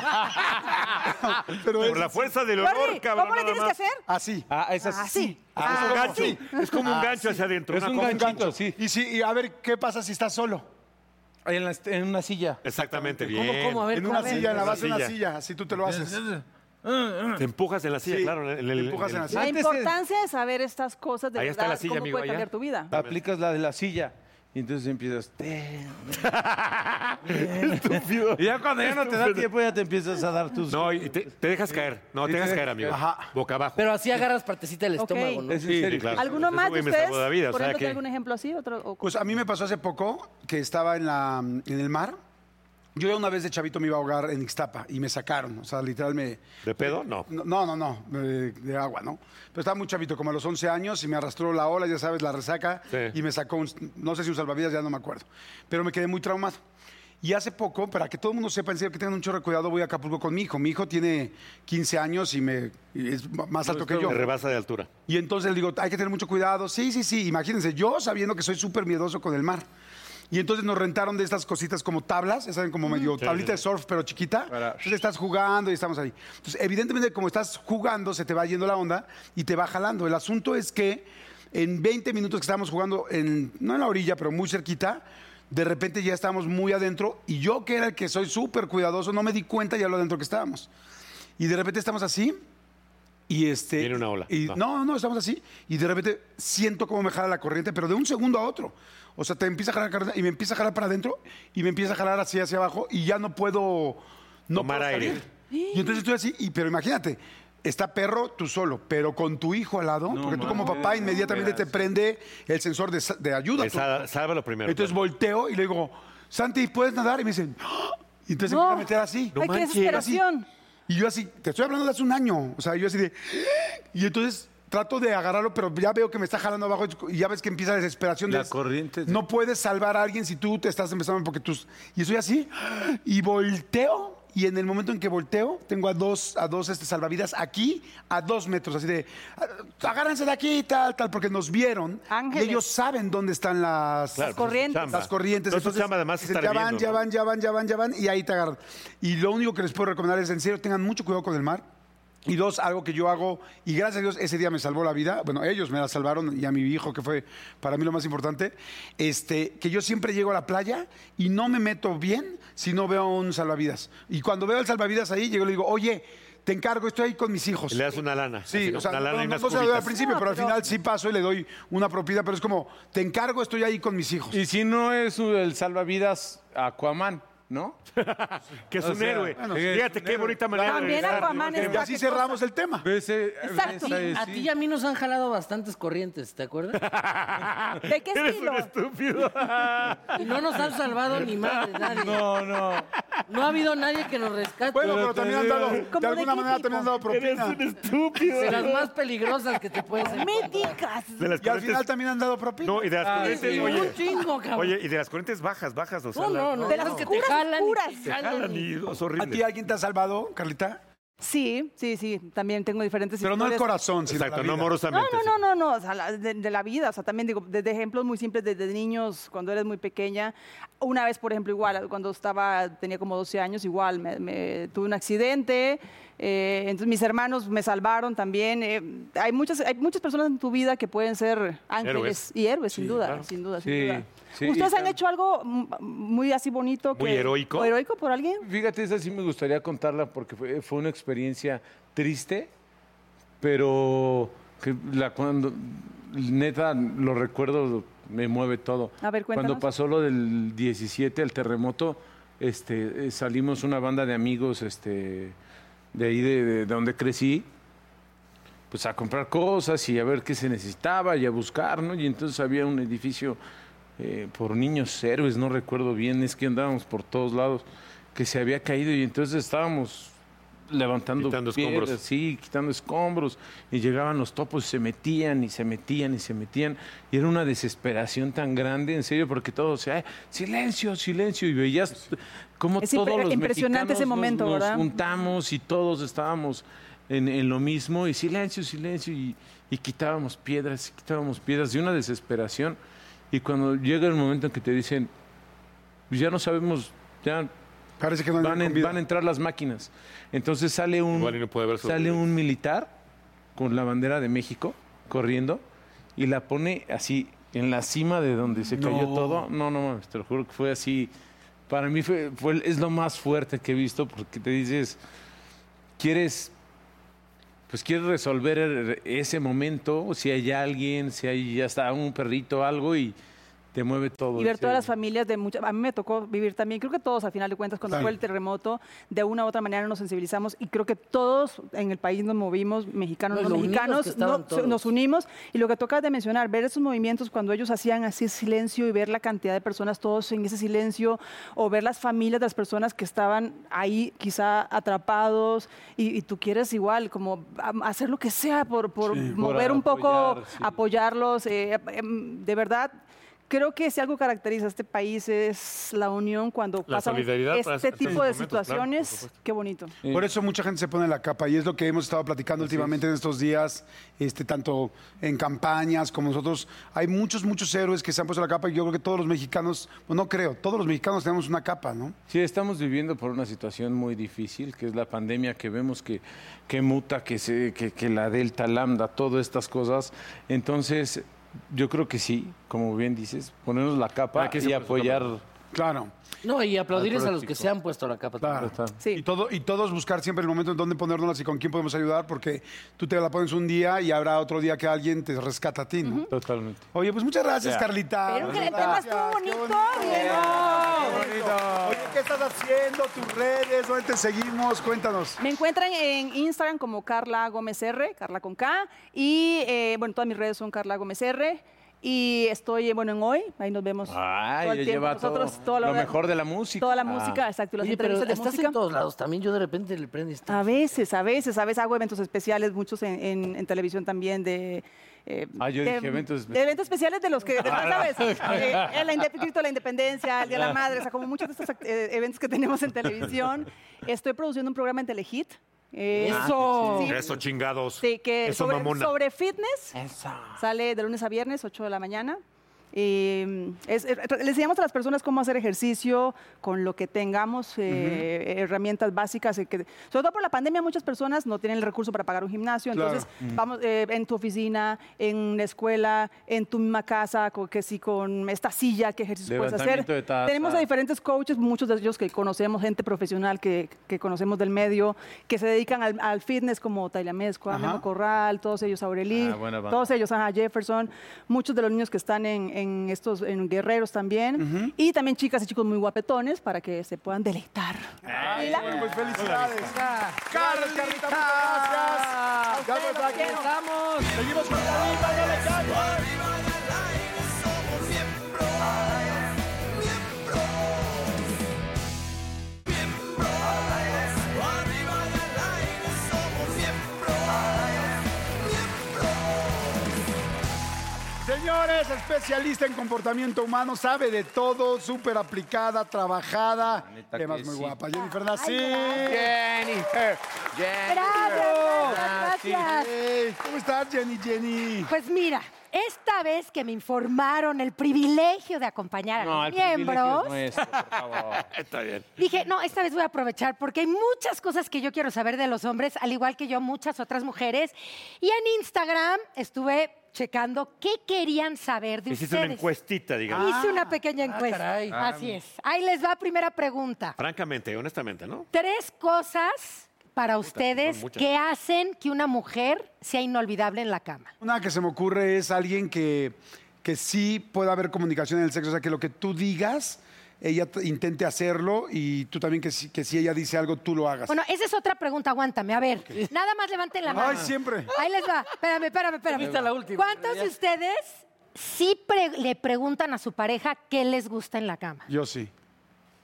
Speaker 6: Ah.
Speaker 7: (laughs) pero
Speaker 4: Por
Speaker 7: es
Speaker 4: la fuerza del olor,
Speaker 5: Jordi,
Speaker 4: cabrón.
Speaker 5: ¿cómo le
Speaker 4: nada
Speaker 5: tienes que
Speaker 4: más.
Speaker 5: hacer?
Speaker 7: así.
Speaker 3: Ah, es
Speaker 5: Así.
Speaker 4: Ah, es un gancho. Es como un gancho hacia adentro.
Speaker 3: Es
Speaker 4: una
Speaker 3: un
Speaker 4: cosa.
Speaker 3: ganchito, sí.
Speaker 7: Y si, y a ver, ¿qué pasa si estás solo?
Speaker 3: En, la- en una silla.
Speaker 4: Exactamente, bien.
Speaker 6: ¿Cómo, cómo? A ver,
Speaker 7: en
Speaker 6: ¿cómo?
Speaker 7: una silla, en la
Speaker 4: En
Speaker 7: base de
Speaker 4: una
Speaker 7: una
Speaker 4: silla.
Speaker 7: silla. Así tú te lo haces.
Speaker 4: Te empujas en la silla,
Speaker 7: Sí,
Speaker 4: claro. En el,
Speaker 7: te empujas en la
Speaker 5: La
Speaker 7: silla.
Speaker 3: Antes-
Speaker 5: importancia de saber estas cosas de
Speaker 4: Ahí ¿eh? está
Speaker 5: verdad,
Speaker 4: la silla,
Speaker 5: cómo
Speaker 4: amigo,
Speaker 5: puede
Speaker 4: allá.
Speaker 5: cambiar tu vida.
Speaker 3: Aplicas la de la silla. Y entonces empiezas.
Speaker 4: (laughs)
Speaker 3: "Te".
Speaker 4: Estúpido.
Speaker 3: Y ya cuando ya no te da tiempo, ya te empiezas a dar tus.
Speaker 4: No, y te, te dejas caer. No, te
Speaker 3: te
Speaker 4: dejas
Speaker 3: dejas
Speaker 4: caer, amigo.
Speaker 7: Ajá.
Speaker 4: Boca abajo.
Speaker 6: Pero así agarras partecita del
Speaker 5: Ok.
Speaker 6: estómago, ¿no?
Speaker 3: Es en
Speaker 4: Sí,
Speaker 3: serio.
Speaker 4: claro.
Speaker 5: ¿Alguno
Speaker 4: Ese
Speaker 5: más de
Speaker 4: güey me salvó
Speaker 5: ustedes?
Speaker 4: la vida, o
Speaker 5: por
Speaker 4: sea
Speaker 5: ejemplo,
Speaker 4: que-
Speaker 5: algún ejemplo así? Otro, o-
Speaker 7: Pues a mí me pasó hace poco que estaba en, la, en el mar. Yo ya una vez de chavito me iba a ahogar en Ixtapa y me sacaron. O sea, literal me...
Speaker 4: ¿De pedo? No.
Speaker 7: No, no, no, no, de, de agua, ¿no? Pero estaba muy chavito, como a los 11 años, y me arrastró la ola, ya sabes, la resaca,
Speaker 4: Sí.
Speaker 7: y me sacó, un, no sé si un salvavidas, ya no me acuerdo. Pero me quedé muy traumado. Y hace poco, para que todo el mundo sepa, en serio, que tengan un chorro de cuidado, voy a Acapulco con mi hijo. Mi hijo tiene 15 años y, me, y es más alto que yo.
Speaker 4: Te rebasa de altura.
Speaker 7: Y entonces le digo, hay que tener mucho cuidado. Sí, sí, sí. Imagínense, yo sabiendo que soy súper miedoso con el mar. Y entonces nos rentaron de estas cositas como tablas, ya saben, como medio tablita de surf, pero chiquita.
Speaker 3: Para-
Speaker 7: Entonces estás jugando y estamos ahí. Entonces, evidentemente, como estás jugando, se te va yendo la onda y te va jalando. El asunto es que en 20 minutos que estábamos jugando, en, no en la orilla, pero muy cerquita, de repente ya estábamos muy adentro y yo, que era el que soy súper cuidadoso, no me di cuenta ya lo adentro que estábamos. Y de repente estamos así y este...
Speaker 4: Viene una ola.
Speaker 7: y-
Speaker 4: Va.
Speaker 7: no, no, no, estamos así. Y de repente siento como me jala la corriente, pero de un segundo a otro. O sea, te empieza a jalar la corriente y me empieza a jalar para adentro y me empieza a jalar así hacia abajo y ya no puedo. No
Speaker 4: Tomar
Speaker 7: puedo
Speaker 4: aire.
Speaker 7: salir. Y entonces estoy así, y, pero imagínate, está perro tú solo, pero con tu hijo al lado, porque tú como papá inmediatamente te prende el sensor de, sa- de ayuda.
Speaker 4: Pues,
Speaker 7: tú.
Speaker 4: sá- Sálvalo primero.
Speaker 7: Entonces volteo y le digo, Santi, ¿puedes nadar? Y me dicen, ¡Ah! y entonces me
Speaker 5: No.
Speaker 7: voy a meter así.
Speaker 5: Ay, qué
Speaker 7: manches.
Speaker 5: desesperación.
Speaker 7: Así. Y yo así, te estoy hablando de hace un año. O sea, yo así de. "Ah". Y entonces trato de agarrarlo, pero ya veo que me está jalando abajo y ya ves que empieza la desesperación. de-
Speaker 3: La corriente.
Speaker 7: No puedes salvar a alguien si tú te estás empezando porque tú. Y estoy así. "Ah". Y volteo. Y en el momento en que volteo, tengo a dos, a dos este, salvavidas aquí, a dos metros, así de, "Ah, agárrense de aquí, tal, tal, porque nos vieron.
Speaker 5: Ángeles.
Speaker 7: Y ellos saben dónde están las,
Speaker 4: Claro, pues, es su
Speaker 5: corrientes.
Speaker 4: chamba.
Speaker 7: las corrientes.
Speaker 4: Entonces,
Speaker 7: Entonces,
Speaker 4: chamba además
Speaker 7: dicen,
Speaker 4: estar
Speaker 7: ya van,
Speaker 4: viendo,
Speaker 7: ya
Speaker 4: ¿no?
Speaker 7: van, ya van, ya van, ya van, y ahí te agarran. Y lo único que les puedo recomendar es, en serio, tengan mucho cuidado con el mar. Y dos, algo que yo hago, y gracias a Dios ese día me salvó la vida, bueno, ellos me la salvaron y a mi hijo, que fue para mí lo más importante, este, que yo siempre llego a la playa y no me meto bien si no veo un salvavidas. Y cuando veo el salvavidas ahí, llego y le digo, oye, te encargo, estoy ahí con mis hijos.
Speaker 4: Y le das una lana.
Speaker 7: Sí,
Speaker 4: Así, ¿no?
Speaker 7: o sea,
Speaker 4: una lana
Speaker 7: no,
Speaker 4: y
Speaker 7: no-
Speaker 4: unas
Speaker 7: no se lo doy al
Speaker 4: cubitas.
Speaker 7: principio,
Speaker 5: No,
Speaker 7: pero al
Speaker 5: pero-
Speaker 7: final sí paso y le doy una propina, pero es como, te encargo, estoy ahí con mis hijos.
Speaker 3: Y si no es el salvavidas Aquaman, ¿no?
Speaker 4: (laughs) Que es
Speaker 3: O
Speaker 4: un
Speaker 3: sea,
Speaker 4: héroe.
Speaker 3: bueno, sí, es
Speaker 4: Fíjate
Speaker 3: un
Speaker 4: qué
Speaker 3: héroe.
Speaker 4: bonita manera de
Speaker 5: También
Speaker 4: regresar.
Speaker 5: Aquaman
Speaker 7: Y
Speaker 5: está...
Speaker 7: así cerramos el tema.
Speaker 3: Ese-
Speaker 5: Exacto.
Speaker 3: esa es,
Speaker 6: A
Speaker 3: sí.
Speaker 6: ti y a mí nos han jalado bastantes corrientes, ¿te acuerdas?
Speaker 5: ¿De qué
Speaker 4: Eres un
Speaker 5: estilo?
Speaker 4: estúpido.
Speaker 6: Y no nos han salvado ni madre, nadie. No.
Speaker 3: No, no.
Speaker 6: ha habido nadie que nos rescate.
Speaker 7: Bueno, pero también han dado,
Speaker 5: Como
Speaker 7: de
Speaker 5: de
Speaker 7: alguna manera
Speaker 5: crítico.
Speaker 7: también han dado
Speaker 4: Eres
Speaker 7: propina.
Speaker 4: un estúpido.
Speaker 6: de las más peligrosas que te puedes
Speaker 5: ¡Me digas!
Speaker 4: De las
Speaker 7: Y al final
Speaker 4: corrientes-
Speaker 7: también han dado propina.
Speaker 4: No, y de las corrientes,
Speaker 6: Sí,
Speaker 4: oye,
Speaker 6: un chingo, cabrón.
Speaker 4: oye, y de las corrientes bajas, bajas, o sea,
Speaker 6: no, no,
Speaker 4: las-
Speaker 6: no.
Speaker 5: De las
Speaker 6: no, que te
Speaker 5: oscuras,
Speaker 6: jalan.
Speaker 5: oscuras.
Speaker 6: y te
Speaker 4: te
Speaker 6: jalan
Speaker 4: jalan
Speaker 6: y-
Speaker 4: y es
Speaker 7: ¿A ti
Speaker 4: horrible.
Speaker 7: alguien te ha salvado, Carlita?
Speaker 5: Sí, sí, sí. También tengo diferentes
Speaker 7: Pero no el
Speaker 5: historias.
Speaker 7: corazón, sino
Speaker 4: Exacto,
Speaker 7: la
Speaker 4: no
Speaker 7: vida.
Speaker 5: No,
Speaker 4: amorosamente.
Speaker 5: no,
Speaker 4: sí.
Speaker 5: no, no, no, o sea, la- de, de la vida, o sea, también digo, desde ejemplos muy simples, desde niños, cuando eres muy pequeña, una vez, por ejemplo, igual, cuando estaba, tenía como 12 años, igual, me, me- tuve un accidente, eh, entonces mis hermanos me salvaron también, eh, hay, muchas, hay muchas personas en tu vida que pueden ser ángeles
Speaker 4: Héroes.
Speaker 5: y héroes, sin, duda,
Speaker 4: claro.
Speaker 5: sin duda, sin
Speaker 3: Sí,
Speaker 5: duda,
Speaker 3: sí,
Speaker 5: ¿Ustedes
Speaker 3: y
Speaker 5: han
Speaker 3: tam-
Speaker 5: hecho algo mm, muy así bonito?
Speaker 4: Muy
Speaker 5: que-
Speaker 4: heroico.
Speaker 5: o heroico por alguien?
Speaker 3: Fíjate, esa sí me gustaría contarla porque fue, fue una experiencia triste, pero que la cuando neta lo recuerdo me mueve todo.
Speaker 5: A ver,
Speaker 3: cuando
Speaker 5: cuéntanos.
Speaker 3: pasó lo del 17 el terremoto, este eh, salimos una banda de amigos este de ahí de, de donde crecí pues a comprar cosas y a ver qué se necesitaba y a buscar, ¿no? Y entonces había un edificio eh, por niños héroes, no recuerdo bien, es que andábamos por todos lados, que se había caído y entonces estábamos levantando
Speaker 4: Quitando
Speaker 3: piedras,
Speaker 4: escombros.
Speaker 3: sí, quitando escombros y llegaban los topos y se metían y se metían y se metían y era una desesperación tan grande, en serio, porque todos, "Ay, silencio, silencio y veías cómo
Speaker 5: Es
Speaker 3: todos
Speaker 5: impre-
Speaker 3: los
Speaker 5: impresionante ese
Speaker 3: mexicanos nos-
Speaker 5: momento,
Speaker 3: nos
Speaker 5: ¿verdad?
Speaker 3: juntamos y todos estábamos en, en lo mismo y silencio, silencio y, y quitábamos piedras, y quitábamos piedras, de una desesperación. Y cuando llega el momento en que te dicen, "Pues ya no sabemos, ya
Speaker 7: Parece que no
Speaker 3: van,
Speaker 7: andan
Speaker 3: en-
Speaker 7: con vida.
Speaker 3: van a entrar las máquinas. Entonces sale un,
Speaker 4: Igual y no puede haber
Speaker 3: sale
Speaker 4: sobrevivientes.
Speaker 3: un militar con la bandera de México corriendo y la pone así en la cima de donde se cayó
Speaker 7: No.
Speaker 3: todo. No, no mames, te lo juro que fue así. Para mí fue, fue el- es lo más fuerte que he visto porque te dices, quieres, pues quieres resolver er- ese momento, si hay alguien, si hay hasta un perrito, algo y te mueve todo.
Speaker 5: Y ver
Speaker 3: Sí.
Speaker 5: todas las familias de muchas... A mí me tocó vivir también, creo que todos al final de cuentas, cuando
Speaker 7: Claro.
Speaker 5: fue el terremoto, de una u otra manera nos sensibilizamos y creo que todos en el país nos movimos, mexicanos,
Speaker 6: No, y
Speaker 5: no,
Speaker 6: lo unidos que
Speaker 5: mexicanos,
Speaker 6: estaban
Speaker 5: no,
Speaker 6: todos.
Speaker 5: nos unimos. Y lo que toca de mencionar, ver esos movimientos cuando ellos hacían así silencio y ver la cantidad de personas todos en ese silencio, o ver las familias de las personas que estaban ahí quizá atrapados y, y tú quieres igual, como am- hacer lo que sea por, por
Speaker 3: por
Speaker 5: mover un poco,
Speaker 3: apoyar, sí.
Speaker 5: apoyarlos, eh, em, de verdad. Creo que si algo caracteriza a este país es la unión cuando
Speaker 4: La
Speaker 5: pasan
Speaker 4: solidaridad para
Speaker 5: este
Speaker 4: estos
Speaker 5: tipo de
Speaker 4: momentos, claro, por
Speaker 5: situaciones.
Speaker 4: supuesto.
Speaker 5: Qué bonito.
Speaker 7: Por eso mucha gente se pone la capa y es lo que hemos estado platicando últimamente en estos días, este, tanto en campañas como nosotros. Hay muchos, muchos héroes que se han puesto la capa y yo creo que todos los mexicanos, bueno, no creo, todos los mexicanos tenemos una capa, ¿no?
Speaker 3: Sí, estamos viviendo por una situación muy difícil, que es la pandemia, que vemos que, que muta, que, se, que, que la delta, lambda, todas estas cosas. Entonces, yo creo que sí, como bien dices, ponernos la capa
Speaker 4: Ah, que se
Speaker 3: y
Speaker 4: puso
Speaker 3: apoyar.
Speaker 7: Claro.
Speaker 6: No, y aplaudirles a los que
Speaker 3: próximo.
Speaker 6: se han puesto la capa. también.
Speaker 7: Claro.
Speaker 5: Sí.
Speaker 7: Y, todo, y todos buscar siempre el momento en donde ponernos y con quién podemos ayudar, porque tú te la pones un día y habrá otro día que alguien te rescata a ti, ¿no?
Speaker 3: Totalmente.
Speaker 7: Oye, pues muchas gracias, Carlita.
Speaker 5: Pero que el tema
Speaker 7: Gracias,
Speaker 5: estuvo
Speaker 7: qué
Speaker 5: bonito,
Speaker 7: qué bonito. Oye, ¿qué estás haciendo? ¿Tus redes? ¿Dónde te seguimos? Cuéntanos.
Speaker 5: Me encuentran en Instagram como Carla Gómez R, Carla con K. Y eh, bueno, todas mis redes son Carla Gómez R. Y estoy, eh, bueno, en hoy, ahí nos vemos.
Speaker 3: Ay,
Speaker 5: todo el
Speaker 3: ya
Speaker 5: tiempo.
Speaker 3: lleva
Speaker 5: Nosotros,
Speaker 3: todo
Speaker 5: toda
Speaker 3: lo mejor de la música.
Speaker 5: Toda la
Speaker 3: Ah.
Speaker 5: música, exacto, las
Speaker 6: Oye, pero
Speaker 5: entrevistas de
Speaker 6: estás
Speaker 5: música.
Speaker 6: en todos lados también. Yo de repente le prendo y está-
Speaker 5: A veces, a veces, a veces hago eventos especiales, muchos en, en- en televisión también de... eh,
Speaker 3: Ah, yo
Speaker 5: de-
Speaker 3: dije eventos Ah,
Speaker 5: de eventos especiales de los que, de- ¿sabes?
Speaker 3: (laughs)
Speaker 5: Eh, el inde- grito de la independencia, el Día de la Madre, o sea, como muchos de estos act- eh, eventos que tenemos en televisión. Estoy produciendo un programa en Telehit.
Speaker 3: Ah,
Speaker 5: eh,
Speaker 6: Eso.
Speaker 5: sí,
Speaker 4: Eso, chingados.
Speaker 5: sí, que
Speaker 4: Eso,
Speaker 5: sobre,
Speaker 4: mamona.
Speaker 5: sobre fitness,
Speaker 6: Eso.
Speaker 5: sale de lunes a viernes, 8 de la mañana. Y es- eh, le enseñamos a las personas cómo hacer ejercicio con lo que tengamos, eh, herramientas básicas. eh, que- sobre todo por la pandemia, muchas personas no tienen el recurso para pagar un gimnasio.
Speaker 7: Claro.
Speaker 5: Entonces, vamos eh, en tu oficina, en la escuela, en tu misma casa, con, que si con esta silla, qué ejercicio puedes hacer.
Speaker 3: Levantamiento de taza.
Speaker 5: Tenemos a diferentes coaches, muchos de ellos que conocemos, gente profesional que, que conocemos del medio, que se dedican al, al fitness, como Taila Mezcua,
Speaker 7: Ajá.
Speaker 5: Memo Corral, todos ellos, Aurelí,
Speaker 3: Ah, buena banda.
Speaker 5: todos ellos, ajá, Jefferson, muchos de los niños que están en, en estos en guerreros también, y también chicas y chicos muy guapetones para que se puedan deleitar. Y la-
Speaker 7: Bueno, pues felicidades. Carlos, Carlita, muchas gracias. Ya nos aquí. Seguimos con la lima, no le cambies. Señores, especialista en comportamiento humano, sabe de todo, súper aplicada, trabajada.
Speaker 3: neta
Speaker 7: Temas
Speaker 3: que
Speaker 7: muy
Speaker 3: sí.
Speaker 7: guapa. Jennifer Nassim.
Speaker 3: Jennifer,
Speaker 8: Gracias.
Speaker 7: Hey, ¿Cómo estás, Jenny, Jenny?
Speaker 8: Pues mira, esta vez que me informaron el privilegio de acompañar a
Speaker 3: No, el
Speaker 8: los
Speaker 3: privilegio
Speaker 8: miembros,
Speaker 3: es nuestro, por favor.
Speaker 2: (laughs)
Speaker 8: dije, no, esta vez voy a aprovechar porque hay muchas cosas que yo quiero saber de los hombres, al igual que yo muchas otras mujeres. Y en Instagram estuve checando qué querían saber de
Speaker 4: Hiciste
Speaker 8: ustedes. Ah,
Speaker 4: una encuestita, digamos.
Speaker 8: Hice
Speaker 3: Ah,
Speaker 8: una pequeña encuesta.
Speaker 6: caray.
Speaker 8: Así es. Ahí les va primera pregunta.
Speaker 4: Francamente, honestamente, ¿no?
Speaker 8: Tres cosas para ustedes
Speaker 4: son muchas.
Speaker 8: que hacen que una mujer sea inolvidable en la cama.
Speaker 7: Una que se me ocurre es alguien que, que sí pueda haber comunicación en el sexo, o sea, que lo que tú digas, ella t- intente hacerlo y tú también que si, que si ella dice algo, tú lo hagas.
Speaker 8: Bueno, esa es otra pregunta, aguántame. A ver, nada más levanten la mano.
Speaker 7: Ay, siempre.
Speaker 8: Ahí les va. Espérame, espérame, espérame.
Speaker 6: Esta es la última.
Speaker 8: ¿Cuántos
Speaker 6: Ya.
Speaker 8: de ustedes sí pre- le preguntan a su pareja qué les gusta en la cama?
Speaker 7: Yo sí.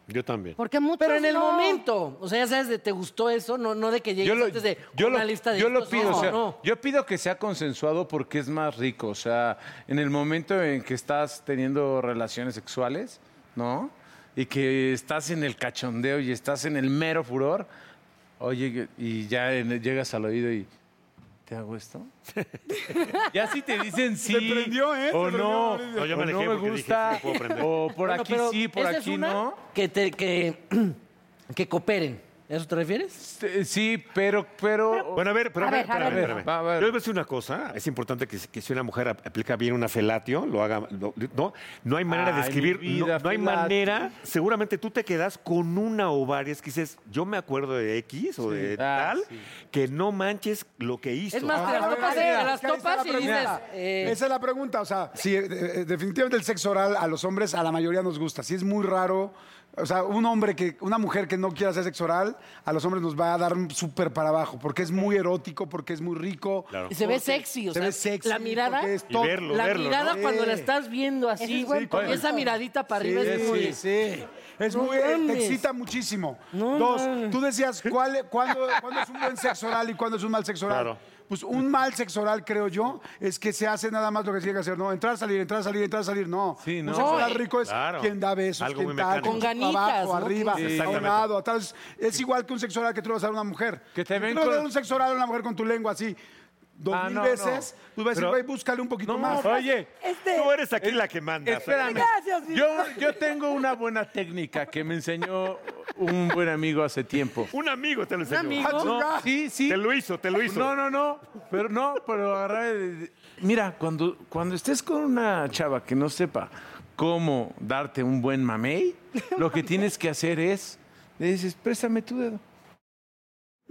Speaker 4: Yo también.
Speaker 8: Porque muchos
Speaker 6: Pero en el
Speaker 8: Pues no.
Speaker 6: momento, o sea, ya sabes de te gustó eso, no, no de que llegues
Speaker 3: yo lo,
Speaker 6: antes de
Speaker 3: yo
Speaker 6: una
Speaker 3: lo-
Speaker 6: lista de
Speaker 3: yo lo
Speaker 6: estos,
Speaker 3: pido,
Speaker 6: no,
Speaker 3: o sea,
Speaker 6: no.
Speaker 3: yo pido que sea consensuado porque es más rico, o sea, en el momento en que estás teniendo relaciones sexuales, ¿no? Y que estás en el cachondeo y estás en el mero furor, oye, y ya en- llegas al oído y ¿Te
Speaker 7: (laughs)
Speaker 3: hago esto? ya si te
Speaker 2: (laughs)
Speaker 3: dicen sí.
Speaker 7: prendió, ¿eh?
Speaker 3: O
Speaker 7: Se
Speaker 3: no.
Speaker 7: prendió.
Speaker 4: No, yo
Speaker 3: o
Speaker 4: me alejé
Speaker 3: no me
Speaker 4: porque dije,
Speaker 3: gusta.
Speaker 4: "Sí, puedo prender".
Speaker 3: o por
Speaker 6: Bueno,
Speaker 3: aquí
Speaker 6: pero
Speaker 3: sí, por
Speaker 6: esa es
Speaker 3: aquí
Speaker 6: una
Speaker 3: no.
Speaker 6: Que, te- que, (clears throat) que cooperen. ¿A eso te refieres?
Speaker 3: Este, Sí, pero, pero.
Speaker 4: Bueno, a ver, pero
Speaker 8: A
Speaker 4: a ver,
Speaker 8: ver, a
Speaker 4: espérame,
Speaker 3: ver.
Speaker 4: espérame.
Speaker 3: Va, a ver.
Speaker 4: Yo les voy a decir una cosa, es importante que, si- que si una mujer ap- aplica bien una felatio, lo haga, lo- no, no hay manera de
Speaker 3: Ay,
Speaker 4: escribir,
Speaker 3: mi
Speaker 4: no,
Speaker 3: vida,
Speaker 4: no hay
Speaker 3: felatio.
Speaker 4: manera, seguramente tú te quedas con una o varias que dices, yo me acuerdo de X o de
Speaker 3: Ah,
Speaker 4: tal,
Speaker 3: sí.
Speaker 4: que no manches lo que hizo.
Speaker 6: Es más,
Speaker 7: Ah,
Speaker 6: te
Speaker 7: a
Speaker 6: las
Speaker 7: ver,
Speaker 6: topas,
Speaker 7: a ver,
Speaker 6: te las
Speaker 7: que ahí está
Speaker 6: topas y
Speaker 7: la
Speaker 6: dices.
Speaker 7: pregunta.
Speaker 6: eh,
Speaker 7: Esa es la pregunta, o sea, sí, eh, eh, definitivamente el sexo oral a los hombres, a la mayoría nos gusta. Sí es muy raro, o sea, un hombre que, una mujer que no quiera hacer sexo oral, a los hombres nos va a dar un súper para abajo, porque es muy erótico, porque es muy rico.
Speaker 4: Claro.
Speaker 6: Y se ve
Speaker 7: porque
Speaker 6: sexy, o
Speaker 7: se
Speaker 6: sea,
Speaker 7: ve sexy,
Speaker 6: la mirada,
Speaker 7: porque es
Speaker 4: Y
Speaker 7: todo.
Speaker 4: verlo,
Speaker 6: la
Speaker 4: verlo,
Speaker 6: mirada
Speaker 4: ¿no?
Speaker 6: cuando la
Speaker 7: Sí.
Speaker 6: estás viendo así,
Speaker 8: Ese es buen
Speaker 6: y esa miradita para arriba es como
Speaker 7: Sí,
Speaker 6: de-
Speaker 7: sí. Es
Speaker 6: No
Speaker 7: muy, eh, te
Speaker 6: mames.
Speaker 7: excita muchísimo.
Speaker 6: No
Speaker 7: Dos,
Speaker 6: mames.
Speaker 7: tú
Speaker 6: (laughs)
Speaker 7: decías, ¿cuál, cuándo, cuándo es un buen sexo oral y cuándo es un mal sexo oral?
Speaker 4: Claro.
Speaker 7: Pues un mal sexo oral, creo yo, es que se hace nada más lo que se tiene que hacer. No, entrar, salir, entrar, salir, entrar, salir. No.
Speaker 3: Sí, no.
Speaker 7: Un sexo oral
Speaker 6: No,
Speaker 7: rico es
Speaker 4: claro.
Speaker 7: quien da besos,
Speaker 4: Algo
Speaker 7: quien
Speaker 4: muy
Speaker 7: tal,
Speaker 4: mecánico.
Speaker 6: Con ganitas,
Speaker 7: abajo,
Speaker 6: ¿no?
Speaker 7: arriba,
Speaker 4: Sí.
Speaker 7: a un
Speaker 4: Exactamente.
Speaker 7: lado, atrás. Es igual que un sexo oral que tú le vas a dar a una mujer.
Speaker 3: Que te
Speaker 7: Si
Speaker 3: ven
Speaker 7: tú le vas a
Speaker 3: con-
Speaker 7: dar un sexo oral a una mujer con tu lengua así dos
Speaker 3: Ah,
Speaker 7: mil
Speaker 3: no, no.
Speaker 7: veces, tú vas a decir,
Speaker 4: Pero-
Speaker 7: güey, búscale un poquito
Speaker 3: No,
Speaker 7: más.
Speaker 3: oye.
Speaker 4: Tú eres aquí la que manda.
Speaker 3: Espérame.
Speaker 5: Gracias, mi-
Speaker 3: yo, yo tengo una buena técnica que me enseñó un buen amigo hace tiempo.
Speaker 4: Un amigo te lo enseñó.
Speaker 6: amigo.
Speaker 3: No,
Speaker 7: Ah.
Speaker 3: sí, sí.
Speaker 4: Te lo hizo, te lo hizo.
Speaker 3: No, no, no. Pero no, pero agarrar. el- Mira, cuando, cuando estés con una chava que no sepa cómo darte un buen mamey, lo que tienes que hacer es. Le dices, préstame tu dedo.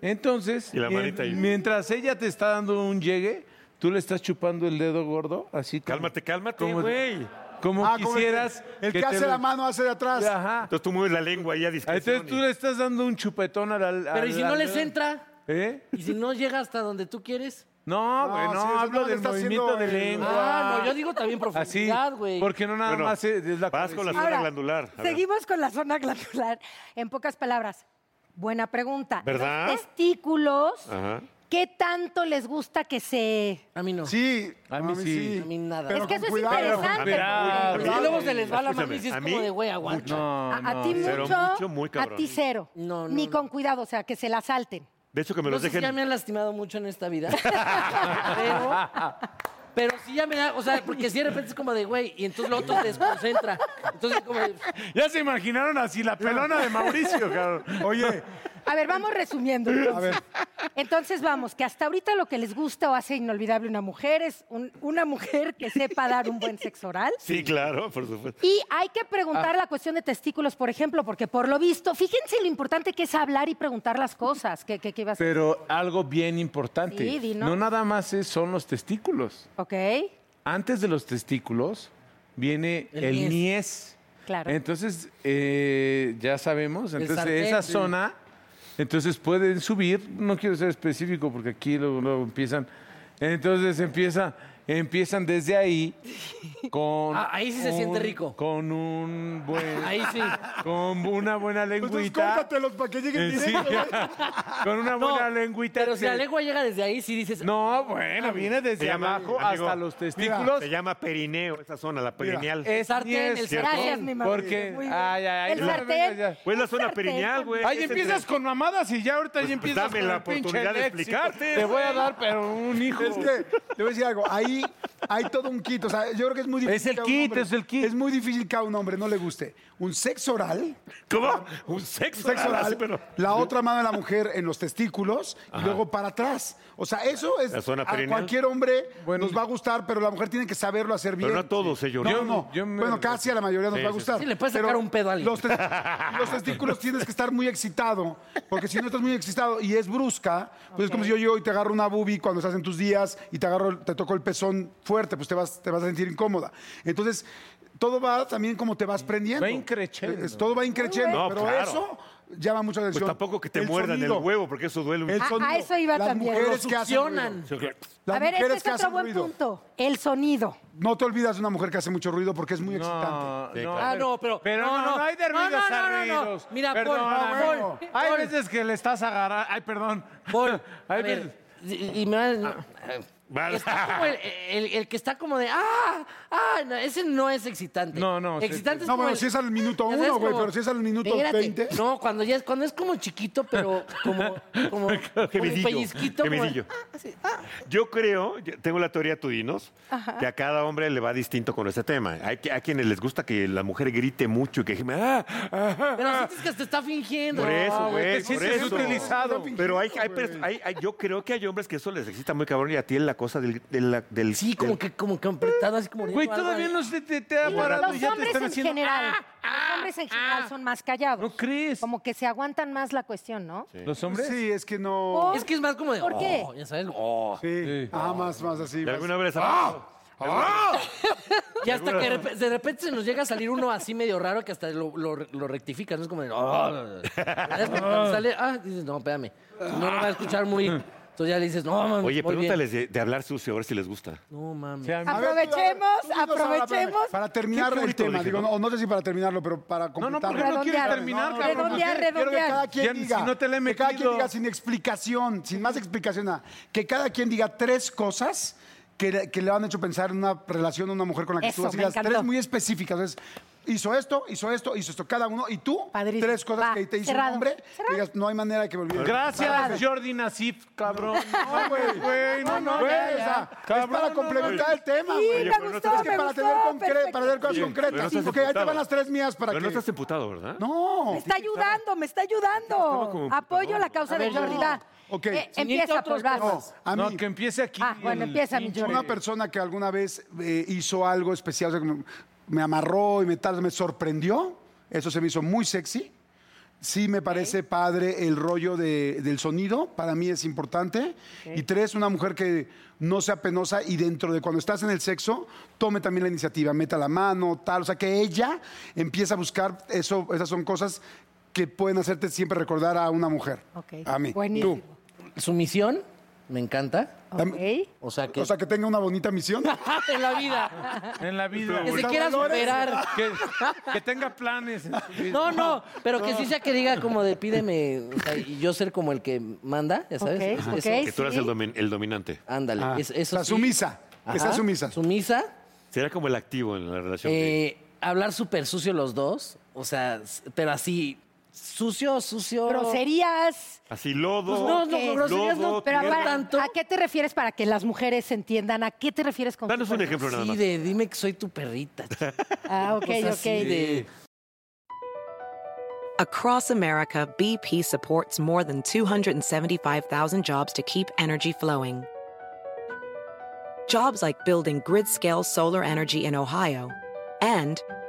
Speaker 3: Entonces,
Speaker 4: Y la
Speaker 3: mien-
Speaker 4: manita ahí.
Speaker 3: mientras ella te está dando un llegue, tú le estás chupando el dedo gordo, así como-
Speaker 4: Cálmate, cálmate,
Speaker 3: como-
Speaker 4: güey.
Speaker 3: Como
Speaker 7: Ah, como el que-
Speaker 3: quisieras.
Speaker 7: El que,
Speaker 3: te
Speaker 7: hace
Speaker 3: lo-
Speaker 7: la mano hace de atrás.
Speaker 3: Ajá. Ah,
Speaker 4: Entonces tú mueves la lengua ahí a discreción.
Speaker 3: Entonces tú le estás dando un chupetón al. al-
Speaker 6: Pero ¿y
Speaker 3: al-
Speaker 6: si no
Speaker 3: al-
Speaker 6: les entra?
Speaker 3: ¿eh?
Speaker 6: ¿Y si no llega hasta donde tú quieres?
Speaker 3: No, güey,
Speaker 7: No,
Speaker 3: no,
Speaker 7: sí, eso
Speaker 3: hablo
Speaker 7: no, le
Speaker 3: del
Speaker 7: está
Speaker 3: movimiento
Speaker 7: haciendo
Speaker 3: de
Speaker 7: el-
Speaker 3: lengua.
Speaker 6: Ah, no, yo digo también
Speaker 3: Así,
Speaker 6: profundidad, güey.
Speaker 3: porque no nada
Speaker 4: Bueno,
Speaker 3: más es, es la
Speaker 4: vas con la
Speaker 3: cabecilla.
Speaker 4: zona glandular. a ver.
Speaker 8: Seguimos con la zona glandular. En pocas palabras, buena pregunta.
Speaker 4: ¿Verdad? Ah.
Speaker 8: Los testículos,
Speaker 4: Ajá.
Speaker 8: ¿qué tanto les gusta que se...
Speaker 6: A mí no.
Speaker 7: Sí.
Speaker 3: A mí sí.
Speaker 6: A mí nada.
Speaker 7: Pero
Speaker 8: es que
Speaker 7: con
Speaker 8: eso
Speaker 7: cuidado,
Speaker 8: es
Speaker 7: pero con
Speaker 8: interesante.
Speaker 3: cuidado.
Speaker 8: porque-
Speaker 6: Porque luego se les va la
Speaker 4: Escúchame,
Speaker 6: mano y sí es
Speaker 4: ¿a
Speaker 6: como
Speaker 8: (laughs)
Speaker 4: mí?
Speaker 6: de, güey, aguanta.
Speaker 3: No,
Speaker 8: A, a
Speaker 3: no.
Speaker 8: ti
Speaker 4: Pero
Speaker 8: mucho,
Speaker 4: mucho, muy cabrón.
Speaker 8: a ti cero.
Speaker 6: No, no,
Speaker 8: Ni
Speaker 6: no.
Speaker 8: con cuidado, o sea, que se la salten.
Speaker 4: De hecho, que me
Speaker 6: No
Speaker 4: los
Speaker 6: sé si ya
Speaker 4: dejen.
Speaker 6: me han lastimado mucho en esta vida.
Speaker 3: Ah,
Speaker 6: pero, pero sí ya me da, o sea, porque si de repente es como de, güey, y entonces lo otro te desconcentra. Entonces como de,
Speaker 3: Ya se imaginaron así la pelona de Mauricio, cabrón.
Speaker 7: Oye,
Speaker 8: (laughs) A ver, vamos
Speaker 3: (laughs)
Speaker 8: resumiendo. Entonces.
Speaker 7: ver.
Speaker 8: Entonces, vamos, que hasta ahorita lo que les gusta o hace inolvidable una mujer es un- una mujer que sepa dar un buen sexo oral.
Speaker 4: Sí, claro, por supuesto.
Speaker 8: Y hay que preguntar
Speaker 3: Ah.
Speaker 8: la cuestión de testículos, por ejemplo, porque por lo visto, fíjense lo importante que es hablar y preguntar las cosas. ¿Qué, qué, qué ibas a hacer?
Speaker 3: Pero algo bien importante.
Speaker 8: Sí, di, ¿no?
Speaker 3: No nada más es- son los testículos.
Speaker 8: ¿Ok?
Speaker 3: Antes de los testículos viene
Speaker 6: El
Speaker 3: el,
Speaker 6: niés.
Speaker 3: niés.
Speaker 8: Claro.
Speaker 3: Entonces, eh, ya sabemos,
Speaker 6: El
Speaker 3: entonces
Speaker 6: sartén,
Speaker 3: esa
Speaker 6: sí.
Speaker 3: zona, entonces pueden subir, no quiero ser específico porque aquí luego, luego empiezan, entonces empieza, empiezan desde ahí con...
Speaker 6: Ah, ahí sí se siente rico.
Speaker 3: Con un
Speaker 6: (laughs)
Speaker 3: buen...
Speaker 6: ahí sí.
Speaker 3: Con una buena
Speaker 4: Pues
Speaker 7: entonces
Speaker 3: lengüita.
Speaker 7: córtatelos para que lleguen
Speaker 3: Eh, sí,
Speaker 7: directo.
Speaker 3: (laughs) con una
Speaker 6: No,
Speaker 3: buena lengüita.
Speaker 6: Pero si la
Speaker 3: que-
Speaker 6: lengua llega desde ahí, sí dices,
Speaker 3: No, bueno, viene desde
Speaker 4: Se llama,
Speaker 3: abajo
Speaker 4: amigo,
Speaker 3: hasta los
Speaker 4: mira,
Speaker 3: testículos.
Speaker 4: Se llama perineo, esa zona, la perineal.
Speaker 3: Es
Speaker 6: el sartén,
Speaker 3: niés.
Speaker 6: el
Speaker 4: ¿cierto?
Speaker 8: Gracias, mi
Speaker 6: sartén.
Speaker 8: mamá.
Speaker 3: Porque-
Speaker 8: Muy bien.
Speaker 3: ay, ay, ay,
Speaker 8: El
Speaker 3: no me vengas
Speaker 8: sartén.
Speaker 3: ya.
Speaker 4: Pues la zona
Speaker 8: sartén
Speaker 4: perineal, güey.
Speaker 3: Ahí
Speaker 4: Es
Speaker 3: empiezas
Speaker 4: entre-
Speaker 3: con mamadas y ya ahorita
Speaker 4: Pues
Speaker 3: ya empiezas
Speaker 4: dame
Speaker 3: con
Speaker 4: la
Speaker 3: el pinche
Speaker 4: oportunidad de
Speaker 3: léxico.
Speaker 4: explicarte.
Speaker 3: Te voy a dar, pero un hijo.
Speaker 7: Es que, te voy a decir algo, ahí hay todo un kit. O sea, yo creo que es muy difícil.
Speaker 3: Es el
Speaker 7: que a un
Speaker 3: kit,
Speaker 7: hombre-
Speaker 3: es el kit.
Speaker 7: Es muy difícil que a un hombre no le guste un sexo oral,
Speaker 4: ¿Cómo? Un sexo,
Speaker 7: sexo
Speaker 4: oral,
Speaker 7: oral,
Speaker 4: sí, pero-
Speaker 7: la otra mano de la mujer en los testículos y luego para atrás. O sea, eso es.
Speaker 4: La zona
Speaker 7: a
Speaker 4: perineal.
Speaker 7: cualquier hombre
Speaker 3: Bueno.
Speaker 7: nos va a gustar, pero la mujer tiene que saberlo hacer bien.
Speaker 4: Pero no a todos, señor.
Speaker 7: No,
Speaker 4: Yo-
Speaker 7: no.
Speaker 3: yo me-
Speaker 7: Bueno, casi a la mayoría nos
Speaker 4: Sí,
Speaker 7: va a
Speaker 4: sí,
Speaker 7: gustar.
Speaker 6: sí. Sí, le puedes sacar
Speaker 7: pero
Speaker 6: un pedo a alguien.
Speaker 7: Los, tes- los testículos tienes que estar muy excitado, porque si no estás muy excitado y es brusca, pues es como si yo llego y te agarro una boobie cuando estás en tus días y te agarro, te toco el pezón fuerte, pues te vas, te vas a sentir incómoda. Entonces, todo va también como te vas prendiendo.
Speaker 3: Va increchendo.
Speaker 7: Es- Todo va increchendo,
Speaker 4: No,
Speaker 7: pero
Speaker 4: claro.
Speaker 7: eso llama mucho la
Speaker 4: Pues
Speaker 7: atención.
Speaker 4: tampoco que te
Speaker 7: El
Speaker 4: muerdan
Speaker 7: sonido.
Speaker 4: el huevo, porque eso duele un
Speaker 7: El
Speaker 8: A- a
Speaker 7: sonido.
Speaker 8: eso iba
Speaker 7: Las
Speaker 8: también.
Speaker 7: mujeres
Speaker 6: Lo
Speaker 7: que hacen
Speaker 6: succionan.
Speaker 7: ruido. Las
Speaker 8: A ver, este
Speaker 7: mujeres
Speaker 8: es
Speaker 7: que
Speaker 8: otro
Speaker 7: hacen
Speaker 8: buen
Speaker 7: ruido.
Speaker 8: punto. El sonido.
Speaker 7: No te olvidas de una mujer que hace mucho ruido porque es muy
Speaker 3: No,
Speaker 7: excitante.
Speaker 4: claro.
Speaker 6: Ah, no, pero.
Speaker 3: Pero no, no, hay de
Speaker 6: no,
Speaker 3: ruidos
Speaker 6: no,
Speaker 3: a
Speaker 6: no, no.
Speaker 3: ruidos.
Speaker 6: Mira, Paul,
Speaker 3: Perdóname.
Speaker 6: Paul,
Speaker 3: Hay
Speaker 6: Paul,
Speaker 3: veces Ah. que le estás agarrando. Ay, perdón.
Speaker 6: Paul,
Speaker 3: (laughs) Hay
Speaker 6: a ver,
Speaker 3: veces-
Speaker 6: y- y me van-
Speaker 4: Vale.
Speaker 3: (laughs)
Speaker 6: Está como el, el- el que está como de, ah, ah, no, ese no es excitante.
Speaker 3: No, no, sí,
Speaker 6: Excitante
Speaker 3: sí.
Speaker 6: es
Speaker 7: No,
Speaker 6: como
Speaker 7: bueno,
Speaker 6: el-
Speaker 7: si es al minuto
Speaker 6: ya sabes,
Speaker 7: uno, güey,
Speaker 6: como-
Speaker 7: pero si es al minuto
Speaker 6: Espérate.
Speaker 7: 20.
Speaker 6: No, cuando ya es, cuando es como chiquito, pero
Speaker 7: (laughs)
Speaker 6: como, como,
Speaker 4: (laughs)
Speaker 6: como
Speaker 4: Gemidillo,
Speaker 6: pellizquito. como-
Speaker 4: gemidillo.
Speaker 6: Ah, sí, ah.
Speaker 4: Yo creo, yo- tengo la teoría, tú dinos, que a cada hombre le va distinto con este tema. Hay, que- hay quienes les gusta que la mujer grite mucho y que... ¡Ah! ah, ah,
Speaker 6: Pero
Speaker 4: ah".
Speaker 6: sientes que te está fingiendo.
Speaker 4: Por eso,
Speaker 3: güey,
Speaker 4: güey,
Speaker 3: te
Speaker 4: por
Speaker 3: sientes
Speaker 4: eso.
Speaker 3: utilizado.
Speaker 4: Pero hay, hay pers- hay- hay- yo creo que hay hombres que eso les excita muy cabrón y a ti la cosa del... de la- del
Speaker 6: Sí, como que, como que apretado, así como...
Speaker 3: Güey,
Speaker 6: oliendo algo
Speaker 3: todavía
Speaker 6: ahí.
Speaker 3: no se te, te ha
Speaker 8: Los,
Speaker 3: parado y
Speaker 8: los
Speaker 3: ya te
Speaker 8: hombres
Speaker 3: están
Speaker 8: en
Speaker 3: haciendo...
Speaker 8: general, "Ah, los hombres en general son más callados.
Speaker 3: ¿No crees?
Speaker 8: Como que se aguantan más la cuestión, ¿no?
Speaker 3: ¿Los hombres?
Speaker 7: Sí, es que no.
Speaker 6: Es que es más como de...
Speaker 8: ¿Por qué?
Speaker 6: oh, ya sabes, oh.
Speaker 7: Sí. Ah, más, más
Speaker 4: ¿De
Speaker 7: así. más. ¡Ah!
Speaker 4: alguna vez les ha pasado?
Speaker 6: Y hasta que de repe- de repente se nos llega a salir uno así medio raro que hasta lo, lo, lo rectifica, ¿no? Es como de... oh. Es como cuando sale... Ah, dices, no, espérame. Si no, no va a escuchar
Speaker 4: (laughs)
Speaker 6: muy... Entonces ya le dices, no, mami,
Speaker 4: Oye,
Speaker 6: voy bien".
Speaker 4: pregúntales de, de hablar sucio, a ver si les gusta.
Speaker 6: No, mami.
Speaker 3: Sí, a mí-
Speaker 7: A ver, tú,
Speaker 8: Aprovechemos,
Speaker 7: tú dinos ahora, espérame,
Speaker 8: aprovechemos.
Speaker 7: Para terminar
Speaker 4: Qué
Speaker 7: el
Speaker 4: bonito
Speaker 7: tema,
Speaker 4: dije,
Speaker 7: digo,
Speaker 4: ¿no?
Speaker 7: no, o no sé si para terminarlo, pero para
Speaker 3: No, no,
Speaker 7: completarlo.
Speaker 3: porque no quieres terminar,
Speaker 7: No,
Speaker 3: cabrón.
Speaker 7: no, quiero-
Speaker 8: Redondear,
Speaker 7: quiero que
Speaker 8: redondear.
Speaker 7: cada quien
Speaker 3: Ya, si
Speaker 7: diga,
Speaker 3: no te la he
Speaker 7: que cada quien
Speaker 3: metido.
Speaker 7: diga sin explicación, sin más explicación, nada, que cada quien diga tres cosas que, le- que le han hecho pensar en una relación a una mujer con la que
Speaker 8: Eso,
Speaker 7: estuvo. Así
Speaker 8: me
Speaker 7: las tres
Speaker 8: encantó.
Speaker 7: muy específicas. Entonces, hizo esto, hizo esto, hizo esto, cada uno. Y tú,
Speaker 8: Padrísimo.
Speaker 7: tres cosas
Speaker 8: Va,
Speaker 7: que te hizo un
Speaker 8: cerrado.
Speaker 7: hombre, que
Speaker 8: Cerrado.
Speaker 7: digas, no hay manera de que me olvide.
Speaker 3: Gracias, Jordi Nasif, cabrón.
Speaker 7: (laughs) No, güey, güey, no, no, güey, o sea, es para complementar el tema,
Speaker 8: Sí,
Speaker 7: güey.
Speaker 8: me
Speaker 6: pues,
Speaker 4: pero no
Speaker 8: gustó,
Speaker 4: te-
Speaker 7: Es que
Speaker 8: me
Speaker 7: para
Speaker 8: gustó,
Speaker 7: tener, concre-
Speaker 8: perfecto.
Speaker 7: para tener cosas
Speaker 4: Oye, pero no
Speaker 7: concretas.
Speaker 4: estás
Speaker 7: ok, ahí te
Speaker 4: emputado.
Speaker 7: van las tres mías para
Speaker 4: Pero
Speaker 7: que.
Speaker 4: no estás emputado, ¿verdad?
Speaker 8: Me
Speaker 7: No.
Speaker 8: está ayudando, me está ayudando.
Speaker 4: como
Speaker 8: Apoyo la causa
Speaker 6: A ver,
Speaker 8: de Jordi.
Speaker 6: yo-
Speaker 8: va.
Speaker 7: Ok.
Speaker 8: Eh,
Speaker 7: Sin
Speaker 8: empieza,
Speaker 6: otros
Speaker 8: pues, vas.
Speaker 7: No, a mí.
Speaker 3: No, que empiece aquí.
Speaker 8: Ah, bueno,
Speaker 3: el
Speaker 8: empieza, mi
Speaker 3: pinche-
Speaker 8: Jordi.
Speaker 7: una persona que alguna vez eh, hizo algo especial, o sea, que me, me amarró y me, tal, me sorprendió, eso se me hizo muy sexy. Sí me parece padre el rollo de- del sonido, para mí es importante. Y tres, una mujer que no sea penosa y dentro de cuando estás en el sexo, tome también la iniciativa, meta la mano, tal, o sea, que ella empiece a buscar, eso, esas son cosas que pueden hacerte siempre recordar a una mujer.
Speaker 8: Ok.
Speaker 7: A mí.
Speaker 8: Buenísimo.
Speaker 6: Su misión me encanta.
Speaker 7: Tú. Tam-
Speaker 8: Ok.
Speaker 6: O sea que...
Speaker 7: O sea, que tenga una bonita misión.
Speaker 6: (laughs) en la vida.
Speaker 3: En la vida.
Speaker 6: Que
Speaker 3: güey.
Speaker 6: se quiera
Speaker 7: valores.
Speaker 6: superar.
Speaker 3: Que, que tenga planes. en su vida.
Speaker 6: No, no, pero que sí sea que diga como de pídeme, o sea, y yo ser como el que manda, ya sabes.
Speaker 8: Ok,
Speaker 6: Es-
Speaker 8: ok.
Speaker 6: eso-
Speaker 4: Que tú eras
Speaker 8: sí.
Speaker 4: el, Ah. domin- el dominante.
Speaker 6: Ándale, es- eso
Speaker 7: o sea,
Speaker 6: sí.
Speaker 7: sumisa. Que sea
Speaker 6: Ajá,
Speaker 7: sumisa.
Speaker 6: Sumisa.
Speaker 4: Será como el activo en la relación.
Speaker 6: eh, hablar súper sucio los dos, o sea, s- pero así, sucio, sucio.
Speaker 8: Groserías.
Speaker 4: Así lodo.
Speaker 6: Pues no, no,
Speaker 8: ¿Qué?
Speaker 6: groserías no,
Speaker 4: lodo,
Speaker 8: Pero
Speaker 4: tierra.
Speaker 8: para-
Speaker 6: tanto.
Speaker 8: ¿a qué te refieres para que las mujeres entiendan? ¿A qué te refieres con
Speaker 4: Danos un
Speaker 8: superar?
Speaker 4: ejemplo nada
Speaker 6: Sí,
Speaker 4: más.
Speaker 6: de dime que soy tu perrita.
Speaker 8: Ah, ok,
Speaker 6: Cosas
Speaker 8: ok.
Speaker 6: así de-
Speaker 1: Across America, BP supports more than 275,000 jobs to keep energy flowing. Jobs like building grid scale solar energy in Ohio and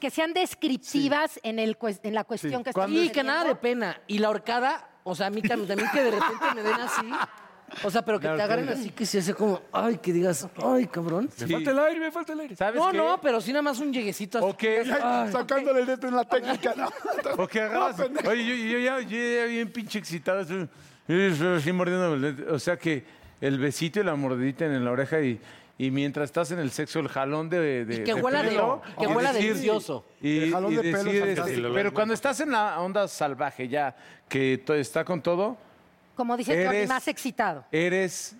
Speaker 8: Que sean descriptivas en, el, cues- en la cuestión que estamos
Speaker 6: Sí, que nada de
Speaker 8: teniendo.
Speaker 6: pena. Y la horcada, o sea, a mí tam- también que de repente me den así. O sea, pero que te agarren así, que se hace como, ay, que digas, ay, cabrón.
Speaker 3: Me falta el aire, me falta el aire. ¿Sabes
Speaker 6: No,
Speaker 3: qué?
Speaker 6: no, pero sí nada más un lleguecito así.
Speaker 3: O que,
Speaker 7: Ay, Sacándole el dedo en la técnica. ¿no?
Speaker 3: o que
Speaker 7: (laughs)
Speaker 3: agarras.
Speaker 7: No, pendejo.
Speaker 3: Oye, yo, yo ya, yo ya bien pinche excitado. así, así mordiéndome el dedo. O sea que el besito y la mordidita en la oreja y, y mientras estás en el sexo, el jalón de. de
Speaker 6: Y que huela de- que
Speaker 3: y
Speaker 6: huela delicioso.
Speaker 3: Y,
Speaker 7: El jalón
Speaker 3: y
Speaker 7: de pelo es
Speaker 3: decir, este,
Speaker 7: fantástico.
Speaker 3: pero cuando estás en la onda salvaje ya, que to- está con todo,
Speaker 8: Como dice Jordi,
Speaker 3: Eres-
Speaker 8: más excitado.
Speaker 3: eres.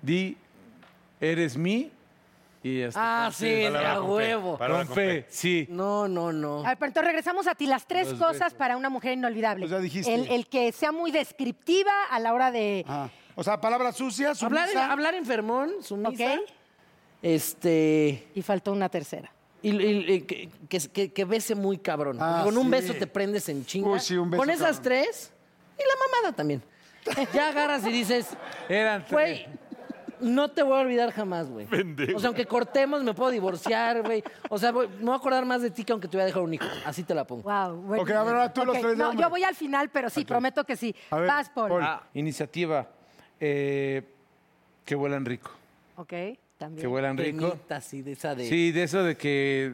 Speaker 3: Di. Eres mí. Y ya está.
Speaker 6: Ah, sí,
Speaker 4: Palabra
Speaker 6: a
Speaker 4: con fe.
Speaker 6: huevo.
Speaker 4: Palabra
Speaker 3: Con
Speaker 4: con
Speaker 3: fe, sí.
Speaker 6: No, no, no.
Speaker 8: A ver, pero entonces regresamos a ti. Las tres cosas para una mujer inolvidable.
Speaker 7: Pues ya dijiste.
Speaker 8: El, el que sea muy descriptiva a la hora de...
Speaker 7: Ah, O sea, palabras sucias, sumisa.
Speaker 6: Hablar, hablar enfermón, sumisa.
Speaker 8: Ok.
Speaker 6: Este.
Speaker 8: Y faltó una tercera.
Speaker 6: Y, y- y que, que- que- que bese muy cabrón.
Speaker 7: Ah,
Speaker 6: Con un
Speaker 7: sí.
Speaker 6: beso te prendes en chinga.
Speaker 7: Uy, sí, un beso
Speaker 6: Con esas
Speaker 7: cabrón.
Speaker 6: tres, Y la mamada también. Ya agarras y dices,
Speaker 3: Eran tres.
Speaker 6: güey, no te voy a olvidar jamás, güey. O sea, aunque cortemos, me puedo divorciar, güey. O sea, güey, me voy a acordar más de ti que aunque te voy a dejar un hijo. Así te la pongo.
Speaker 8: Wow, bueno.
Speaker 7: Ok, a ver, ahora tú los
Speaker 8: Ok,
Speaker 7: tres de
Speaker 8: No,
Speaker 7: hombre.
Speaker 8: yo voy al final, pero sí, prometo que sí.
Speaker 7: A ver,
Speaker 8: Vas, Paul.
Speaker 7: Paul.
Speaker 3: Ah, iniciativa. eh, que vuelan rico.
Speaker 8: Ok, también.
Speaker 3: Que vuelan rico.
Speaker 6: Cremita así, de esa de...
Speaker 3: Sí, de eso de que,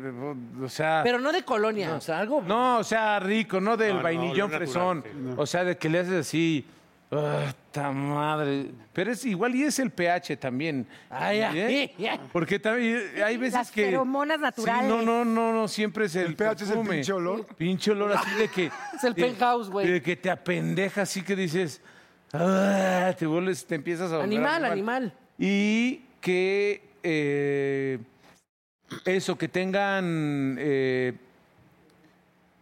Speaker 3: o sea...
Speaker 6: Pero no de colonia, o sea, algo...
Speaker 3: No, o sea, rico, no del
Speaker 4: No, no,
Speaker 3: vainillón
Speaker 4: lo natural,
Speaker 3: fresón.
Speaker 4: sí.
Speaker 3: O sea, de que le haces así. "Ah, ta madre! Pero es igual y es el pH también.
Speaker 6: Ay,
Speaker 3: ¿eh?
Speaker 6: ay, ay.
Speaker 3: Porque también eh, hay veces
Speaker 8: las
Speaker 3: que.
Speaker 8: feromonas
Speaker 3: Sí,
Speaker 8: naturales.
Speaker 3: no, no, no, no, siempre es el.
Speaker 7: El pH es el
Speaker 3: perfume.
Speaker 7: pinche olor.
Speaker 3: Pinche olor así de que.
Speaker 6: (laughs) Es el
Speaker 3: de-
Speaker 6: penthouse, güey.
Speaker 3: De que te apendeja así que dices. "Ah", te vuelves, te empiezas a. volver
Speaker 6: Animal, animal.
Speaker 3: Y que. eh, eso, que tengan. eh,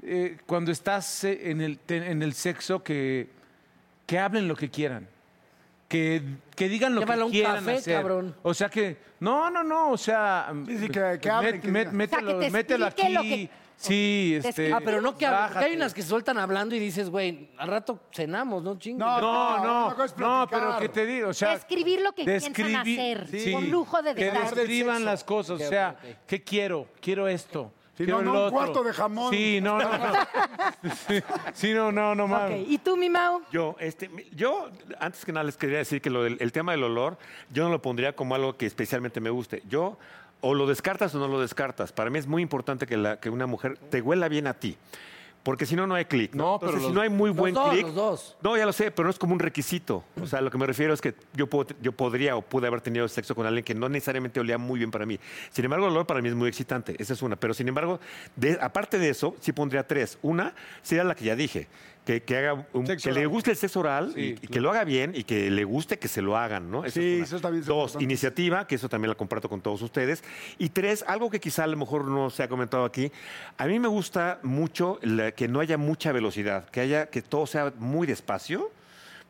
Speaker 3: eh, cuando estás eh, en el, te- en el sexo, que, que hablen lo que quieran. Que, que digan lo
Speaker 6: Llévala a
Speaker 3: que
Speaker 6: un
Speaker 3: quieran
Speaker 6: café,
Speaker 3: hacer.
Speaker 6: cabrón.
Speaker 3: O sea que, (laughs) no, no, no, o sea... pues,
Speaker 7: Sí, sí, que- que hablen, que digan.
Speaker 3: mételo,
Speaker 8: O sea, que te
Speaker 3: mételo aquí.
Speaker 8: explique lo que-
Speaker 3: Sí,
Speaker 8: Te
Speaker 3: este...
Speaker 8: explique
Speaker 6: Ah, pero no que hablen, porque
Speaker 3: bájate.
Speaker 6: hay unas que se sueltan hablando y dices, güey, al rato cenamos, ¿no? Chingue.
Speaker 7: No,
Speaker 3: No, no,
Speaker 7: una cosa es
Speaker 3: no,
Speaker 7: platicar.
Speaker 3: pero que te digo, o sea...
Speaker 8: Describir lo que piensan
Speaker 3: describir-
Speaker 8: hacer,
Speaker 3: sí,
Speaker 8: con lujo de
Speaker 3: Que
Speaker 8: detalle.
Speaker 3: describan las cosas, o sea, ¿qué quiero? Quiero esto.
Speaker 7: Sí, no,
Speaker 3: quiero el
Speaker 7: no, un
Speaker 3: otro.
Speaker 7: cuarto de jamón.
Speaker 3: Sí, no, no,
Speaker 6: (laughs)
Speaker 3: no. Sí, Sí, no, no, no,
Speaker 8: Ok,
Speaker 3: mames.
Speaker 8: ¿y tú, mi Mau?
Speaker 4: Yo, este, mi- yo, antes que nada les quería decir que lo del, el tema del olor, yo no lo pondría como algo que especialmente me guste. Yo, o lo descartas o no lo descartas. Para mí es muy importante que, la- que una mujer te huela bien a ti. Porque si no, no hay clic.
Speaker 3: No,
Speaker 4: No,
Speaker 3: pero
Speaker 4: Entonces, si
Speaker 3: los-
Speaker 4: no hay muy
Speaker 6: los
Speaker 4: buen
Speaker 6: dos,
Speaker 4: clic.
Speaker 6: los dos.
Speaker 4: No, ya lo sé, pero no es como un requisito. O sea, lo que me refiero es que yo, puedo- yo podría o pude haber tenido sexo con alguien que no necesariamente olía muy bien para mí. Sin embargo, el olor para mí es muy excitante. Esa es una. Pero sin embargo, de- aparte de eso, sí pondría tres. Una sería la que ya dije. Que, que haga un-
Speaker 7: Sexo
Speaker 4: que le
Speaker 7: oral.
Speaker 4: guste el sexo oral y,
Speaker 3: Sí,
Speaker 4: y que lo haga bien y que le guste que se lo hagan, ¿no? Esa
Speaker 7: Sí,
Speaker 4: es una.
Speaker 7: eso también es
Speaker 4: Dos,
Speaker 7: importante.
Speaker 4: iniciativa, que eso también la comparto con todos ustedes. Y tres, algo que quizá a lo mejor no se ha comentado aquí. A mí me gusta mucho la- que no haya mucha velocidad, que haya que todo sea muy despacio,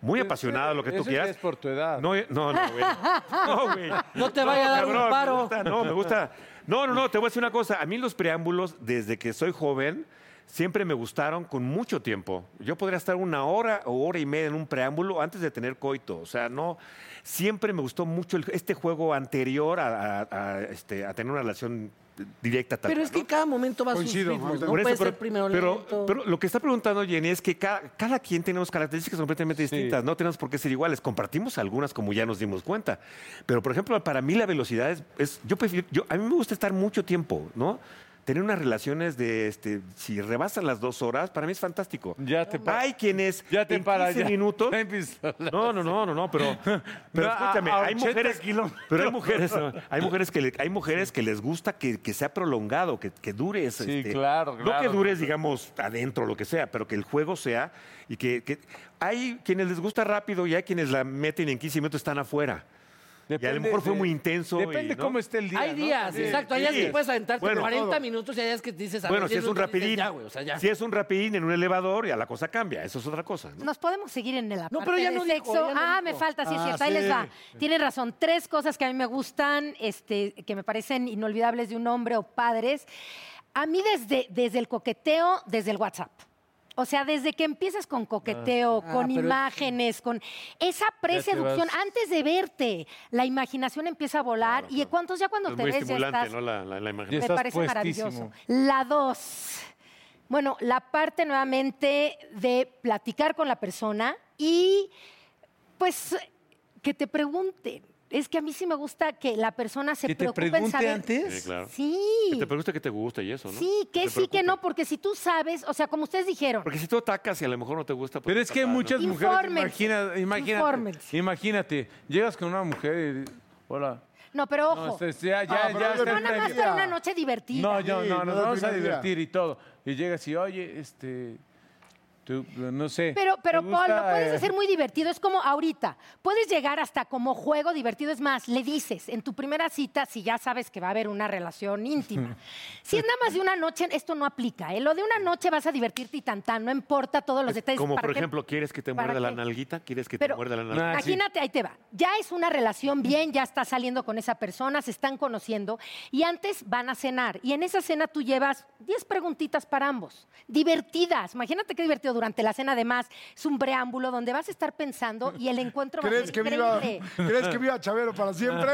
Speaker 4: muy apasionado, lo que tú
Speaker 3: Pues, eh, Eso ya
Speaker 4: quieras.
Speaker 3: es por tu edad.
Speaker 4: No, no,
Speaker 3: (laughs)
Speaker 4: no, güey.
Speaker 6: (laughs)
Speaker 4: No, güey.
Speaker 6: No te vaya a dar un
Speaker 4: cabrón,
Speaker 6: paro.
Speaker 4: Me gusta, no, me gusta. No, no, no, te voy a decir una cosa. A mí los preámbulos, desde que soy joven, siempre me gustaron con mucho tiempo. Yo podría estar una hora o hora y media en un preámbulo antes de tener coito. O sea, no. Siempre me gustó mucho el- este juego anterior a, a- a, este, a tener una relación directa. tal
Speaker 6: Pero
Speaker 4: cual,
Speaker 6: es que
Speaker 4: ¿no?
Speaker 6: cada momento va a sus
Speaker 7: Coincido,
Speaker 6: ritmos,
Speaker 7: ahorita-
Speaker 6: no
Speaker 4: Por eso,
Speaker 6: puede
Speaker 4: pero,
Speaker 6: ser primero
Speaker 4: pero-
Speaker 6: lento.
Speaker 4: pero lo que está preguntando Jenny es que ca- cada, quien tenemos características completamente distintas, no tenemos por qué ser iguales, compartimos algunas como ya nos dimos cuenta. Pero, por ejemplo, para mí la velocidad es, es- yo prefiero, yo, a mí me gusta estar mucho tiempo, ¿no? Tener unas relaciones de, este, si rebasan las dos horas, para mí es fantástico.
Speaker 3: Ya te pa-
Speaker 4: Hay quienes
Speaker 3: Ya te
Speaker 4: en
Speaker 3: para,
Speaker 4: 15
Speaker 3: ya.
Speaker 4: minutos...
Speaker 3: Ya empieza.
Speaker 4: No, no, no, no, no, pero, pero
Speaker 3: (laughs) No, a-
Speaker 4: escúchame,
Speaker 3: a
Speaker 4: hay
Speaker 3: 80
Speaker 4: mujeres,
Speaker 3: kilómetros.
Speaker 4: pero hay mujeres, no, hay mujeres que le- hay mujeres que les gusta que, que sea prolongado, que, que dure ese. este,
Speaker 3: Sí, claro,
Speaker 4: No que
Speaker 3: claro.
Speaker 4: dures, digamos, adentro, lo que sea, pero que el juego sea y que, que- hay quienes les gusta rápido y hay quienes la meten y en 15 minutos están afuera. y a lo mejor fue
Speaker 3: de-
Speaker 4: muy intenso. y,
Speaker 3: Depende
Speaker 4: ¿no?
Speaker 3: cómo esté el día.
Speaker 6: hay
Speaker 3: ¿no?
Speaker 6: días,
Speaker 3: Sí.
Speaker 6: exacto. Hay días
Speaker 4: sí.
Speaker 6: que puedes aventarte
Speaker 4: Bueno,
Speaker 6: 40
Speaker 4: todo.
Speaker 6: minutos y hay días que dices... "Ah, a
Speaker 4: Bueno,
Speaker 6: ver,
Speaker 4: si es un
Speaker 6: dices,
Speaker 4: rapidín,
Speaker 6: Ya, güey, o sea, ya.
Speaker 4: si es un rapidín en un elevador, ya la cosa cambia. Eso es otra cosa. ¿no?
Speaker 8: Nos podemos seguir en el aparte
Speaker 6: pero ya
Speaker 8: de
Speaker 6: no dijo,
Speaker 8: sexo.
Speaker 6: ya no
Speaker 8: ah,
Speaker 6: dijo.
Speaker 8: me falta, sí es
Speaker 7: Ah,
Speaker 8: cierto. Ahí
Speaker 7: sí.
Speaker 8: les va. Tienes razón. Tres cosas que a mí me gustan, este, que me parecen inolvidables de un hombre o padres. A mí desde, desde el coqueteo, desde el WhatsApp. O sea, desde que empiezas con coqueteo,
Speaker 6: Ah,
Speaker 8: con
Speaker 6: pero-
Speaker 8: imágenes, con esa preseducción,
Speaker 3: vas.
Speaker 8: antes de verte, la imaginación empieza a volar. y cuántos ya cuando
Speaker 4: Es
Speaker 8: te
Speaker 4: muy
Speaker 8: ves ya
Speaker 4: estimulante,
Speaker 8: estás
Speaker 4: ¿no? La, la- la imagen.
Speaker 3: Ya
Speaker 8: me
Speaker 3: estás
Speaker 8: parece maravilloso.
Speaker 3: puestísimo.
Speaker 8: La dos. Bueno, la parte nuevamente de platicar con la persona y pues que te pregunten. Es que a mí sí me gusta que la persona se
Speaker 3: Que te
Speaker 8: preocupe en
Speaker 3: pregunte
Speaker 8: saber.
Speaker 3: antes.
Speaker 4: Sí, claro.
Speaker 8: Sí.
Speaker 4: Que te pregunta que te gusta y eso, ¿no?
Speaker 8: Sí, que sí, que no, porque si tú sabes, o sea, como ustedes dijeron,
Speaker 4: Porque si tú atacas y a lo mejor no te gusta. pues,
Speaker 3: Pero es que
Speaker 4: fatal, ¿no?
Speaker 3: muchas mujeres.
Speaker 8: Infórmense,
Speaker 3: Imagina, imagínate,
Speaker 8: infórmense.
Speaker 3: imagínate, llegas con una mujer y. Hola.
Speaker 8: no, pero
Speaker 3: No,
Speaker 8: ojo,
Speaker 3: este, este, ya, ya,
Speaker 7: Ah, pero
Speaker 3: ya
Speaker 7: yo
Speaker 3: está
Speaker 8: no
Speaker 3: el
Speaker 8: nada más
Speaker 3: premio.
Speaker 8: para una noche divertida.
Speaker 3: No, yo,
Speaker 7: Sí,
Speaker 3: no,
Speaker 7: no
Speaker 3: nos
Speaker 7: del
Speaker 3: vamos a
Speaker 7: primer día.
Speaker 3: divertir y todo. Y llegas y, oye, este. tú, no sé. (laughs)
Speaker 8: Pero,
Speaker 3: ¿te
Speaker 8: pero Paul, lo
Speaker 3: gusta,
Speaker 8: puedes
Speaker 3: eh,
Speaker 8: hacer muy divertido. Es como ahorita. Puedes llegar hasta como juego divertido. Es más, le dices en tu primera cita, si ya sabes que va a haber una relación
Speaker 4: Mm.
Speaker 8: íntima. si es nada más de una noche, esto no aplica. ¿eh? Lo de una noche vas a divertirte y tan, tan, No importa todos los detalles.
Speaker 4: Como
Speaker 8: ¿Para
Speaker 4: por
Speaker 8: qué?
Speaker 4: ejemplo, ¿quieres que te
Speaker 8: ¿Para
Speaker 4: muerda la
Speaker 8: qué?
Speaker 4: nalguita? ¿Quieres que
Speaker 8: Pero-
Speaker 4: te muerda la
Speaker 3: sí.
Speaker 7: Ah,
Speaker 4: nalguita?
Speaker 8: Imagínate, ahí te va. Ya es una relación bien, ya estás saliendo con esa persona, se están conociendo y antes van a cenar. Y en esa cena tú llevas 10 preguntitas para ambos, divertidas. Imagínate qué divertido. principio, durante la cena, además, es un preámbulo donde vas a estar pensando y el encuentro va a
Speaker 7: ¿Crees
Speaker 8: ser
Speaker 7: que, viva,
Speaker 8: increíble.
Speaker 7: ¿Crees que viva Chavero
Speaker 8: (laughs)
Speaker 7: para siempre?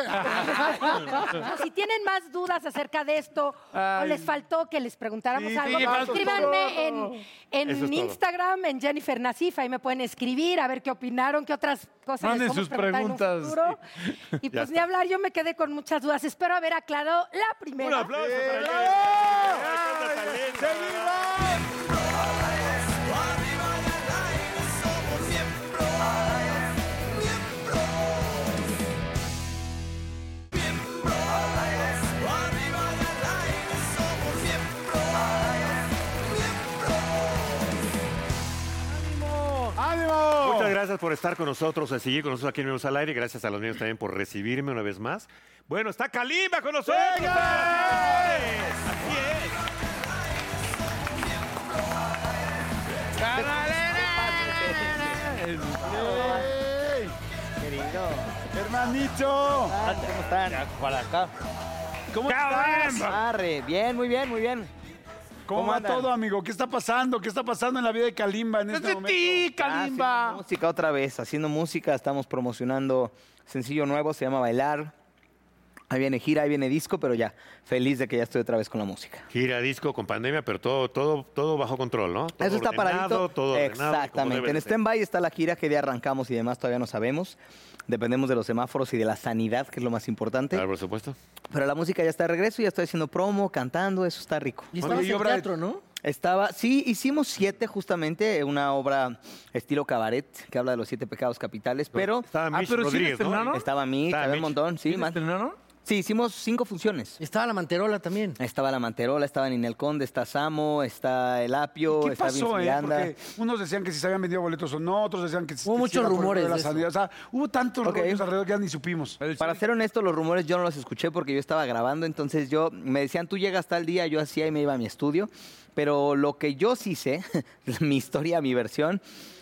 Speaker 8: No, si tienen más dudas acerca de esto o les faltó que les preguntáramos
Speaker 7: Sí,
Speaker 8: algo,
Speaker 7: sí, faltó
Speaker 8: escríbanme
Speaker 7: todo.
Speaker 8: en, en
Speaker 4: Eso es todo.
Speaker 8: Instagram, en Jennifer Nasif, ahí me pueden escribir, a ver qué opinaron, qué otras cosas
Speaker 3: Manden
Speaker 8: les podemos
Speaker 3: sus
Speaker 8: preguntar en un
Speaker 3: preguntas.
Speaker 8: futuro.
Speaker 4: (laughs)
Speaker 8: Y
Speaker 4: Ya
Speaker 8: pues ni
Speaker 4: está.
Speaker 8: hablar, yo me quedé con muchas dudas. Espero haber aclarado la
Speaker 4: Un
Speaker 8: primera.
Speaker 4: aplauso para ella. ¡Qué cosa tan linda!
Speaker 7: ¡Ánimo!
Speaker 4: Muchas gracias por estar con nosotros, a seguir con nosotros aquí en Miembros al Aire. Gracias a los niños también por recibirme una vez más. Bueno, está Kalimba con nosotros. Así es.
Speaker 7: ¡Ey!
Speaker 9: Querido.
Speaker 7: ¡Hermanito!
Speaker 9: Ah, ¿Cómo están? Para acá.
Speaker 7: ¿Cómo estás?
Speaker 9: Arre, bien, muy bien, muy bien.
Speaker 7: ¿Cómo,
Speaker 9: ¿Cómo
Speaker 7: va
Speaker 9: andan?
Speaker 7: todo, amigo? ¿Qué está pasando? ¿Qué está pasando en la vida de Kalimba en este momento?
Speaker 9: Ah, haciendo música otra vez, haciendo música, estamos promocionando sencillo nuevo, se llama Bailar. Ahí viene gira, ahí viene disco, pero ya, feliz de que ya estoy otra vez con la música.
Speaker 4: Gira disco con pandemia, pero todo, todo, todo bajo control, ¿no? Todo
Speaker 9: Eso está
Speaker 4: ordenado,
Speaker 9: paradito.
Speaker 4: Todo ordenado, como debe
Speaker 9: Exactamente. En este
Speaker 4: de ser.
Speaker 9: stand-by está la gira, que día arrancamos y demás, todavía no sabemos. Dependemos de los semáforos y de la sanidad, que es lo más importante.
Speaker 4: Claro, Ah, por supuesto.
Speaker 9: Pero la música ya está de regreso, ya estoy haciendo promo, cantando, eso está rico.
Speaker 6: Y estabas
Speaker 7: Oye, y
Speaker 6: en
Speaker 7: obra de-
Speaker 6: teatro, ¿no?
Speaker 9: Estaba, sí, hicimos siete justamente, una obra estilo cabaret que habla de los siete pecados capitales, pero
Speaker 4: Estaba Mitch
Speaker 3: pero sí
Speaker 4: Rodríguez, ¿no?
Speaker 3: estrenaron.
Speaker 9: estaba Mitch,
Speaker 4: Estaba
Speaker 9: había
Speaker 4: Mitch.
Speaker 9: un montón, sí,
Speaker 3: ¿Sí
Speaker 9: man-
Speaker 3: estrenaron?
Speaker 9: sí, hicimos cinco funciones.
Speaker 6: Y estaba la Manterola también.
Speaker 9: Estaba la Manterola, estaba Ninel Conde, está Samo, está El Apio,
Speaker 7: ¿Qué
Speaker 9: está
Speaker 7: pasó,
Speaker 9: Vince
Speaker 7: eh?
Speaker 9: Miranda.
Speaker 7: Porque unos decían que si se habían vendido boletos o no, otros decían que
Speaker 6: Hubo
Speaker 7: que
Speaker 6: muchos
Speaker 7: era por
Speaker 6: rumores
Speaker 7: de la
Speaker 6: de eso.
Speaker 7: sanidad. O sea, hubo tantos
Speaker 9: Ok.
Speaker 7: rollos alrededor que ya ni supimos.
Speaker 9: Para ser honesto, los rumores yo no los escuché porque yo estaba grabando, entonces yo me decían, tú llegas tal día, yo hacía y me iba a mi estudio, pero lo que yo sí sé, (laughs) mi historia, mi versión,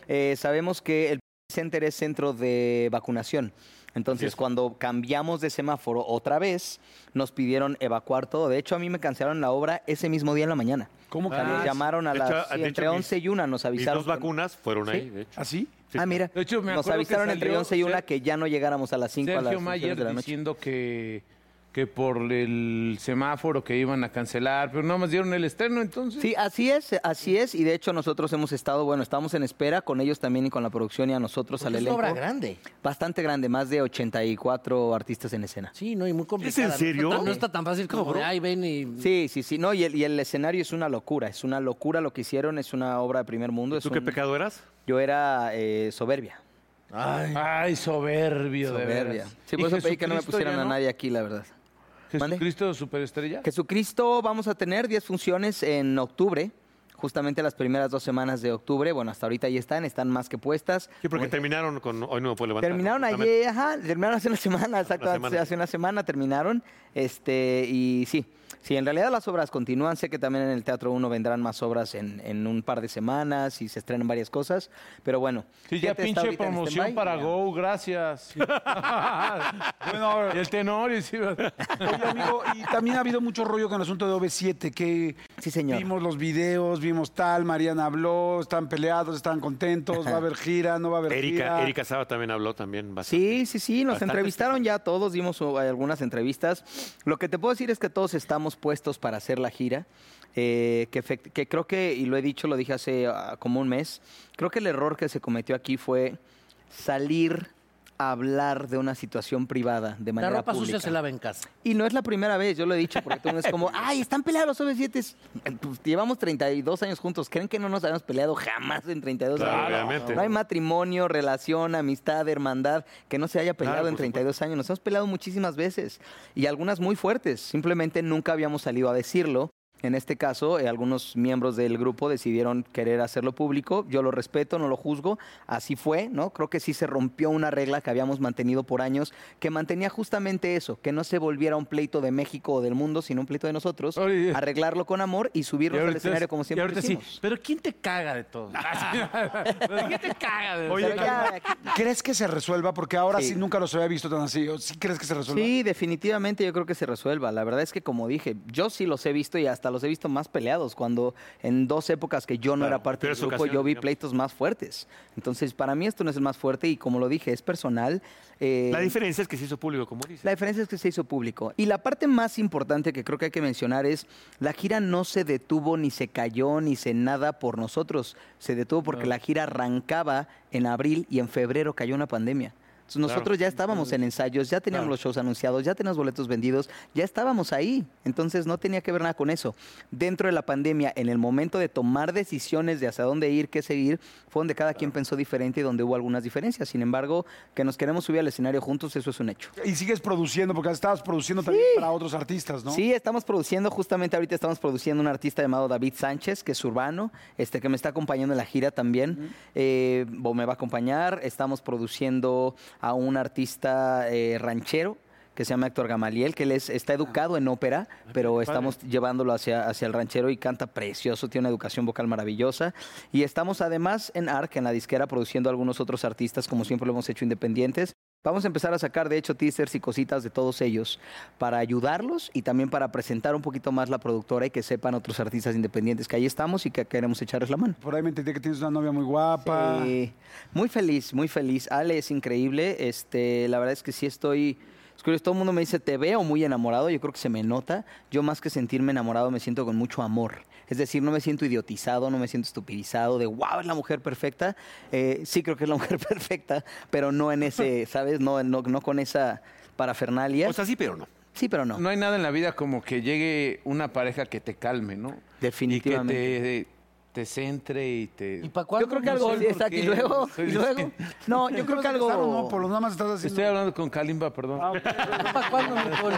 Speaker 9: eh, sabemos que el Center es centro de vacunación. Entonces, cuando cambiamos de semáforo otra vez, nos pidieron evacuar todo. De hecho, a mí me cancelaron la obra ese mismo día en la mañana.
Speaker 7: ¿Cómo
Speaker 9: O sea, nos
Speaker 7: crees?
Speaker 9: llamaron a
Speaker 4: De
Speaker 9: las
Speaker 4: hecho, de hecho,
Speaker 9: entre
Speaker 4: mis-
Speaker 9: 11 y 1, nos
Speaker 4: Mis
Speaker 9: avisaron.
Speaker 4: dos
Speaker 9: que-
Speaker 4: vacunas fueron ahí, de hecho.
Speaker 7: ¿Así?
Speaker 9: Ah, mira.
Speaker 3: De hecho, me
Speaker 9: nos
Speaker 3: acuerdo que
Speaker 9: avisaron entre
Speaker 3: salió
Speaker 9: 11 y 1
Speaker 3: Ser-
Speaker 9: que ya no llegáramos a las 5 a las
Speaker 3: Sergio
Speaker 9: funciones de la
Speaker 3: Mayer
Speaker 9: noche.
Speaker 3: diciendo que, que por el semáforo que iban a cancelar, pero nada más dieron el estreno entonces.
Speaker 9: Sí, así es, así es. Y de hecho nosotros hemos estado, bueno, estamos en espera con ellos también y con la producción y a nosotros
Speaker 6: Porque
Speaker 9: al
Speaker 6: es una obra
Speaker 9: elenco.
Speaker 6: grande.
Speaker 9: Bastante grande, más de 84 artistas en escena.
Speaker 6: Sí, no, y muy complicada. ¿no?
Speaker 4: serio?
Speaker 6: No, está tan- no está tan fácil como de, ay, ven y...
Speaker 9: Sí, sí, sí. No, y el, y el escenario es una locura, es una locura lo que hicieron, es una obra de primer mundo. es
Speaker 4: ¿Tú qué
Speaker 9: un-
Speaker 4: pecado eras?
Speaker 9: Yo era eh, soberbia.
Speaker 3: Ay, soberbio, de
Speaker 9: Soberbia.
Speaker 3: veras.
Speaker 9: Sí, por
Speaker 3: ¿Y
Speaker 9: eso pedí que no me
Speaker 3: Jesucristo
Speaker 9: pusieran
Speaker 3: ya
Speaker 9: a
Speaker 3: no?
Speaker 9: nadie aquí, la verdad. Mande.
Speaker 3: ¿Jesucristo superestrella?
Speaker 9: Jesucristo, vamos a tener 10 funciones en octubre, justamente las primeras dos semanas de octubre. Bueno, hasta ahorita ya están, están más que puestas.
Speaker 4: Sí, porque terminaron con Hoy no me puedo levantar.
Speaker 9: Terminaron
Speaker 4: ¿no? Justamente.
Speaker 9: ayer, ajá, terminaron hace una semana, exacto, hace-
Speaker 4: semana.
Speaker 9: hace una semana terminaron. Este, y sí, sí, en realidad las obras continúan. Sé que también en el Teatro 1 vendrán más obras en, en un par de semanas y se estrenan varias cosas. Pero bueno.
Speaker 3: Sí, ya
Speaker 9: gente está
Speaker 3: pinche
Speaker 9: ahorita en
Speaker 3: promoción
Speaker 9: stand-by.
Speaker 3: para Go, gracias. (laughs)
Speaker 7: Bueno,
Speaker 3: y el tenor, y sí, ¿verdad?
Speaker 7: Oye, amigo, y también ha habido mucho rollo con el asunto de OV7, que
Speaker 9: Sí, señor.
Speaker 7: vimos los videos, vimos tal, Mariana habló, están peleados, están contentos, va a haber gira, no va a haber
Speaker 4: Erika,
Speaker 7: gira.
Speaker 4: Erika Saba también habló también. bastante.
Speaker 9: Sí, sí, sí, nos
Speaker 4: Bastante.
Speaker 9: entrevistaron ya todos, dimos uh, algunas entrevistas. Lo que te puedo decir es que todos estamos puestos para hacer la gira, eh, que, efect- que creo que, y lo he dicho, lo dije hace ah, como un mes, creo que el error que se cometió aquí fue salir a hablar de una situación privada de
Speaker 6: La
Speaker 9: manera
Speaker 6: ropa
Speaker 9: pública.
Speaker 6: sucia se lava en casa.
Speaker 9: Y no es la primera vez, yo lo he dicho, porque tú es
Speaker 10: (laughs)
Speaker 9: como,
Speaker 10: "Ah,
Speaker 9: ay, están peleados los OV7. Pues, llevamos 32 años juntos, ¿creen que no nos habíamos peleado jamás en 32
Speaker 4: Claro,
Speaker 9: años?
Speaker 4: obviamente.
Speaker 9: No hay matrimonio, relación, amistad, hermandad, que no se haya peleado
Speaker 4: Claro,
Speaker 9: en
Speaker 4: por
Speaker 9: 32 años. Nos hemos peleado muchísimas veces y algunas muy fuertes, simplemente nunca habíamos salido a decirlo. En este caso, eh, algunos miembros del grupo decidieron querer hacerlo público. Yo lo respeto, no lo juzgo. Así fue, ¿no? Creo que sí se rompió una regla que habíamos mantenido por años, que mantenía justamente eso, que no se volviera un pleito de México o del mundo, sino un pleito de nosotros.
Speaker 3: Oye.
Speaker 9: Arreglarlo con amor y subirnos al escenario como siempre.
Speaker 3: y ahorita
Speaker 9: lo
Speaker 3: sí,
Speaker 9: hicimos.
Speaker 3: pero ¿quién te caga de (laughs) todo? ¿Pero ¿Quién te caga de todo?
Speaker 9: Pero ya,
Speaker 7: ¿Crees que se resuelva? Porque ahora sí.
Speaker 9: Sí.
Speaker 7: nunca los había visto tan así. ¿Sí crees que se resuelva?
Speaker 9: Sí, definitivamente yo creo que se resuelva. La verdad es que, como dije, yo sí los he visto y hasta los he visto más peleados, cuando en dos épocas que yo no
Speaker 4: Claro,
Speaker 9: era parte del
Speaker 4: pero es
Speaker 9: grupo,
Speaker 4: ocasión,
Speaker 9: yo vi
Speaker 4: digamos.
Speaker 9: pleitos más fuertes. Entonces, para mí esto no es el más fuerte y como lo dije, es personal. eh,
Speaker 4: La diferencia es que se hizo público, como dice.
Speaker 9: la diferencia es que se hizo público. Y la parte más importante que creo que hay que mencionar es, la gira no se detuvo, ni se cayó, ni se nada por nosotros. Se detuvo porque la gira arrancaba en abril y en febrero cayó una pandemia. Entonces, nosotros ya estábamos en ensayos, ya teníamos los shows anunciados, ya teníamos boletos vendidos, ya estábamos ahí. Entonces no tenía que ver nada con eso. Dentro de la pandemia, en el momento de tomar decisiones de hacia dónde ir, qué seguir, fue donde cada quien pensó diferente y donde hubo algunas diferencias. Sin embargo, que nos queremos subir al escenario juntos, eso es un hecho.
Speaker 7: Y sigues produciendo, porque estabas produciendo también para otros artistas, ¿no?
Speaker 9: Sí, estamos produciendo, justamente ahorita estamos produciendo un artista llamado David Sánchez, que es urbano, este, que me está acompañando en la gira también, eh, o me va a acompañar. Estamos produciendo a un artista eh, ranchero que se llama Héctor Gamaliel, que él es- está educado en ópera, pero estamos llevándolo hacia, hacia el ranchero y canta precioso, tiene una educación vocal maravillosa. Y estamos además en ARC, en la disquera, produciendo a algunos otros artistas, como siempre lo hemos hecho independientes. Vamos a empezar a sacar, de hecho, teasers y cositas de todos ellos para ayudarlos y también para presentar un poquito más la productora y que sepan otros artistas independientes que ahí estamos y que queremos echarles la mano.
Speaker 7: Por ahí me enteré que tienes una novia muy guapa.
Speaker 9: Sí, Eh, muy feliz, muy feliz. Ale es increíble. Este, la verdad es que sí estoy. Es curioso, todo el mundo me dice, te veo muy enamorado. Yo creo que se me nota. Yo más que sentirme enamorado me siento con mucho amor. Es decir, no me siento idiotizado, no me siento estupidizado de, wow, es la mujer perfecta. Eh, sí creo que es la (laughs) mujer perfecta, pero no en
Speaker 4: (laughs)
Speaker 9: ese, ¿sabes? No, no, no con esa parafernalia.
Speaker 4: O sea, sí, pero no.
Speaker 9: sí, pero no.
Speaker 3: No hay nada en la vida como que llegue una pareja que te calme, ¿no? Y que
Speaker 9: Definitivamente.
Speaker 3: te, te centre y te...
Speaker 6: ¿Y para cuándo?
Speaker 9: Yo creo que
Speaker 6: No
Speaker 9: algo...
Speaker 6: sé.
Speaker 9: sí, exacto. Y luego,
Speaker 3: Estoy
Speaker 9: y luego... No, yo creo que algo...
Speaker 7: No, por lo nada más estás haciendo... Ah,
Speaker 3: Estoy hablando con Kalimba, perdón.
Speaker 6: ¿Para cuándo, mi
Speaker 4: (laughs)
Speaker 6: Paul?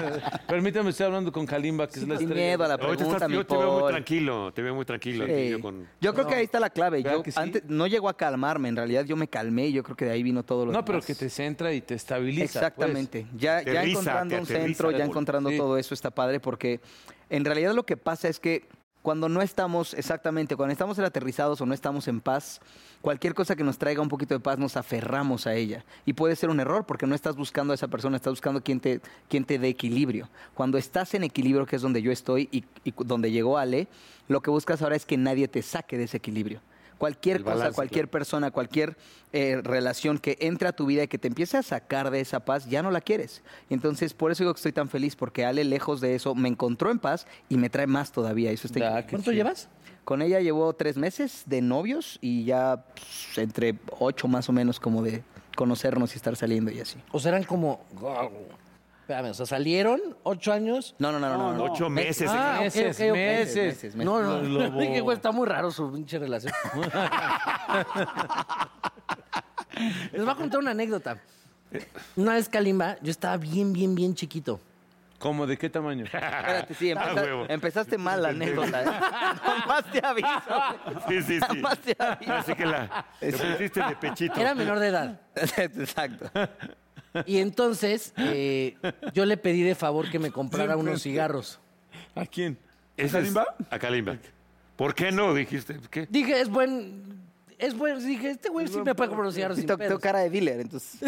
Speaker 3: Permítame, estoy hablando con Kalimba, que es la
Speaker 9: Sin
Speaker 3: estrella.
Speaker 9: miedo a la
Speaker 4: Ahorita
Speaker 9: pregunta,
Speaker 4: estás-
Speaker 9: mi
Speaker 4: yo te veo muy
Speaker 9: Paul.
Speaker 4: tranquilo, te veo muy tranquilo.
Speaker 9: Sí.
Speaker 4: aquí yo con-
Speaker 9: Eh, Yo creo que ahí está la clave.
Speaker 3: ¿Verdad
Speaker 9: Yo
Speaker 3: que sí?
Speaker 9: antes no llegó a calmarme, en realidad yo me calmé y yo creo que de ahí vino todo lo
Speaker 3: No, pero
Speaker 9: demás.
Speaker 3: que te centra y te estabiliza. pues.
Speaker 9: Exactamente. Ya, ya
Speaker 4: Aterriza,
Speaker 9: encontrando
Speaker 4: te
Speaker 9: un
Speaker 4: aterriza
Speaker 9: centro,
Speaker 4: de
Speaker 9: ya
Speaker 4: gol.
Speaker 9: encontrando
Speaker 3: Sí.
Speaker 9: todo eso está padre porque en realidad lo que pasa es que cuando no estamos, exactamente, cuando estamos aterrizados o no estamos en paz, cualquier cosa que nos traiga un poquito de paz nos aferramos a ella. Y puede ser un error porque no estás buscando a esa persona, estás buscando quien te, quien te dé equilibrio. Cuando estás en equilibrio, que es donde yo estoy y, y cu- donde llegó Ale, lo que buscas ahora es que nadie te saque de ese equilibrio. Cualquier
Speaker 4: El
Speaker 9: cosa,
Speaker 4: balance,
Speaker 9: cualquier
Speaker 4: claro.
Speaker 9: persona, cualquier eh, relación que entre a tu vida y que te empiece a sacar de esa paz, ya no la quieres. Y entonces, por eso digo que estoy tan feliz, porque Ale, lejos de eso, me encontró en paz y me trae más todavía. Eso está increíble.
Speaker 6: ¿Cuánto llevas?
Speaker 9: Con ella llevó tres meses de novios y ya pues, entre ocho más o menos como de conocernos y estar saliendo y así.
Speaker 6: O sea, eran como... Espérame, o sea, salieron ocho años...
Speaker 9: No, no, no, no. no, no.
Speaker 4: Ocho meses.
Speaker 6: Ah, ok,
Speaker 3: Meses,
Speaker 6: ok, ok.
Speaker 3: meses.
Speaker 9: meses, meses.
Speaker 6: No, no,
Speaker 3: Los
Speaker 6: (laughs)
Speaker 3: lobos.
Speaker 6: Dije, güey, está muy raro su pinche (laughs) relación. Les voy a contar una anécdota. Una vez Kalimba, yo estaba bien, bien, bien chiquito.
Speaker 3: ¿Cómo? ¿De qué tamaño?
Speaker 9: Espérate, sí, empeza-
Speaker 4: (laughs) Ah, huevo.
Speaker 9: empezaste mal
Speaker 4: (laughs)
Speaker 9: la anécdota. ¿eh? Nomás te aviso.
Speaker 4: Sí, sí, sí.
Speaker 9: Nomás te aviso.
Speaker 4: Así que la te pusiste de pechito.
Speaker 6: Era menor de (laughs) edad.
Speaker 9: Exacto.
Speaker 6: Y entonces eh, yo le pedí de favor que me comprara unos cigarros.
Speaker 3: ¿A quién?
Speaker 4: ¿Es
Speaker 7: Kalimba?
Speaker 4: A Kalimba. ¿Por qué no? Dijiste, ¿qué?
Speaker 6: Dije, es buen... Es buen, dije, este güey sí me puede comprar unos cigarros
Speaker 9: Sí,
Speaker 6: sin
Speaker 9: tengo, tengo
Speaker 6: pedos.
Speaker 9: cara de
Speaker 6: (laughs)
Speaker 9: dealer, entonces.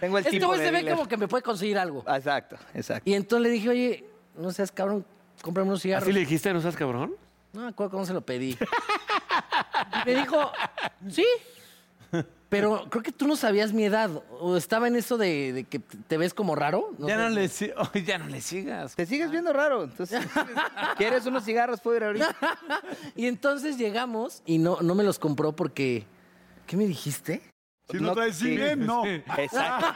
Speaker 9: Tengo el
Speaker 6: Este
Speaker 9: tipo
Speaker 6: güey
Speaker 9: de
Speaker 6: se ve
Speaker 9: dealer. Ah,
Speaker 6: como que me puede conseguir algo.
Speaker 9: Exacto, exacto.
Speaker 6: Y entonces le dije, oye, no seas cabrón, cómprame unos cigarros.
Speaker 4: ¿Así le dijiste, no seas cabrón?
Speaker 6: No me acuerdo cómo se lo pedí. Y me dijo, sí. Pero creo que tú no sabías mi edad. O estaba en eso de, de que te ves como raro. no
Speaker 3: Ya
Speaker 6: sé.
Speaker 3: no,
Speaker 2: (laughs)
Speaker 3: le, si- Ay, ya no le sigas.
Speaker 9: Te sigues viendo raro, entonces. ¿Quieres unos cigarros? Puedo ir ahorita.
Speaker 6: (laughs) Y entonces llegamos (laughs) y no, no me los compró porque. ¿Qué me dijiste?
Speaker 7: Si no,
Speaker 9: No,
Speaker 7: traes
Speaker 9: sí.
Speaker 7: bien, no.
Speaker 6: (laughs)
Speaker 9: Exacto.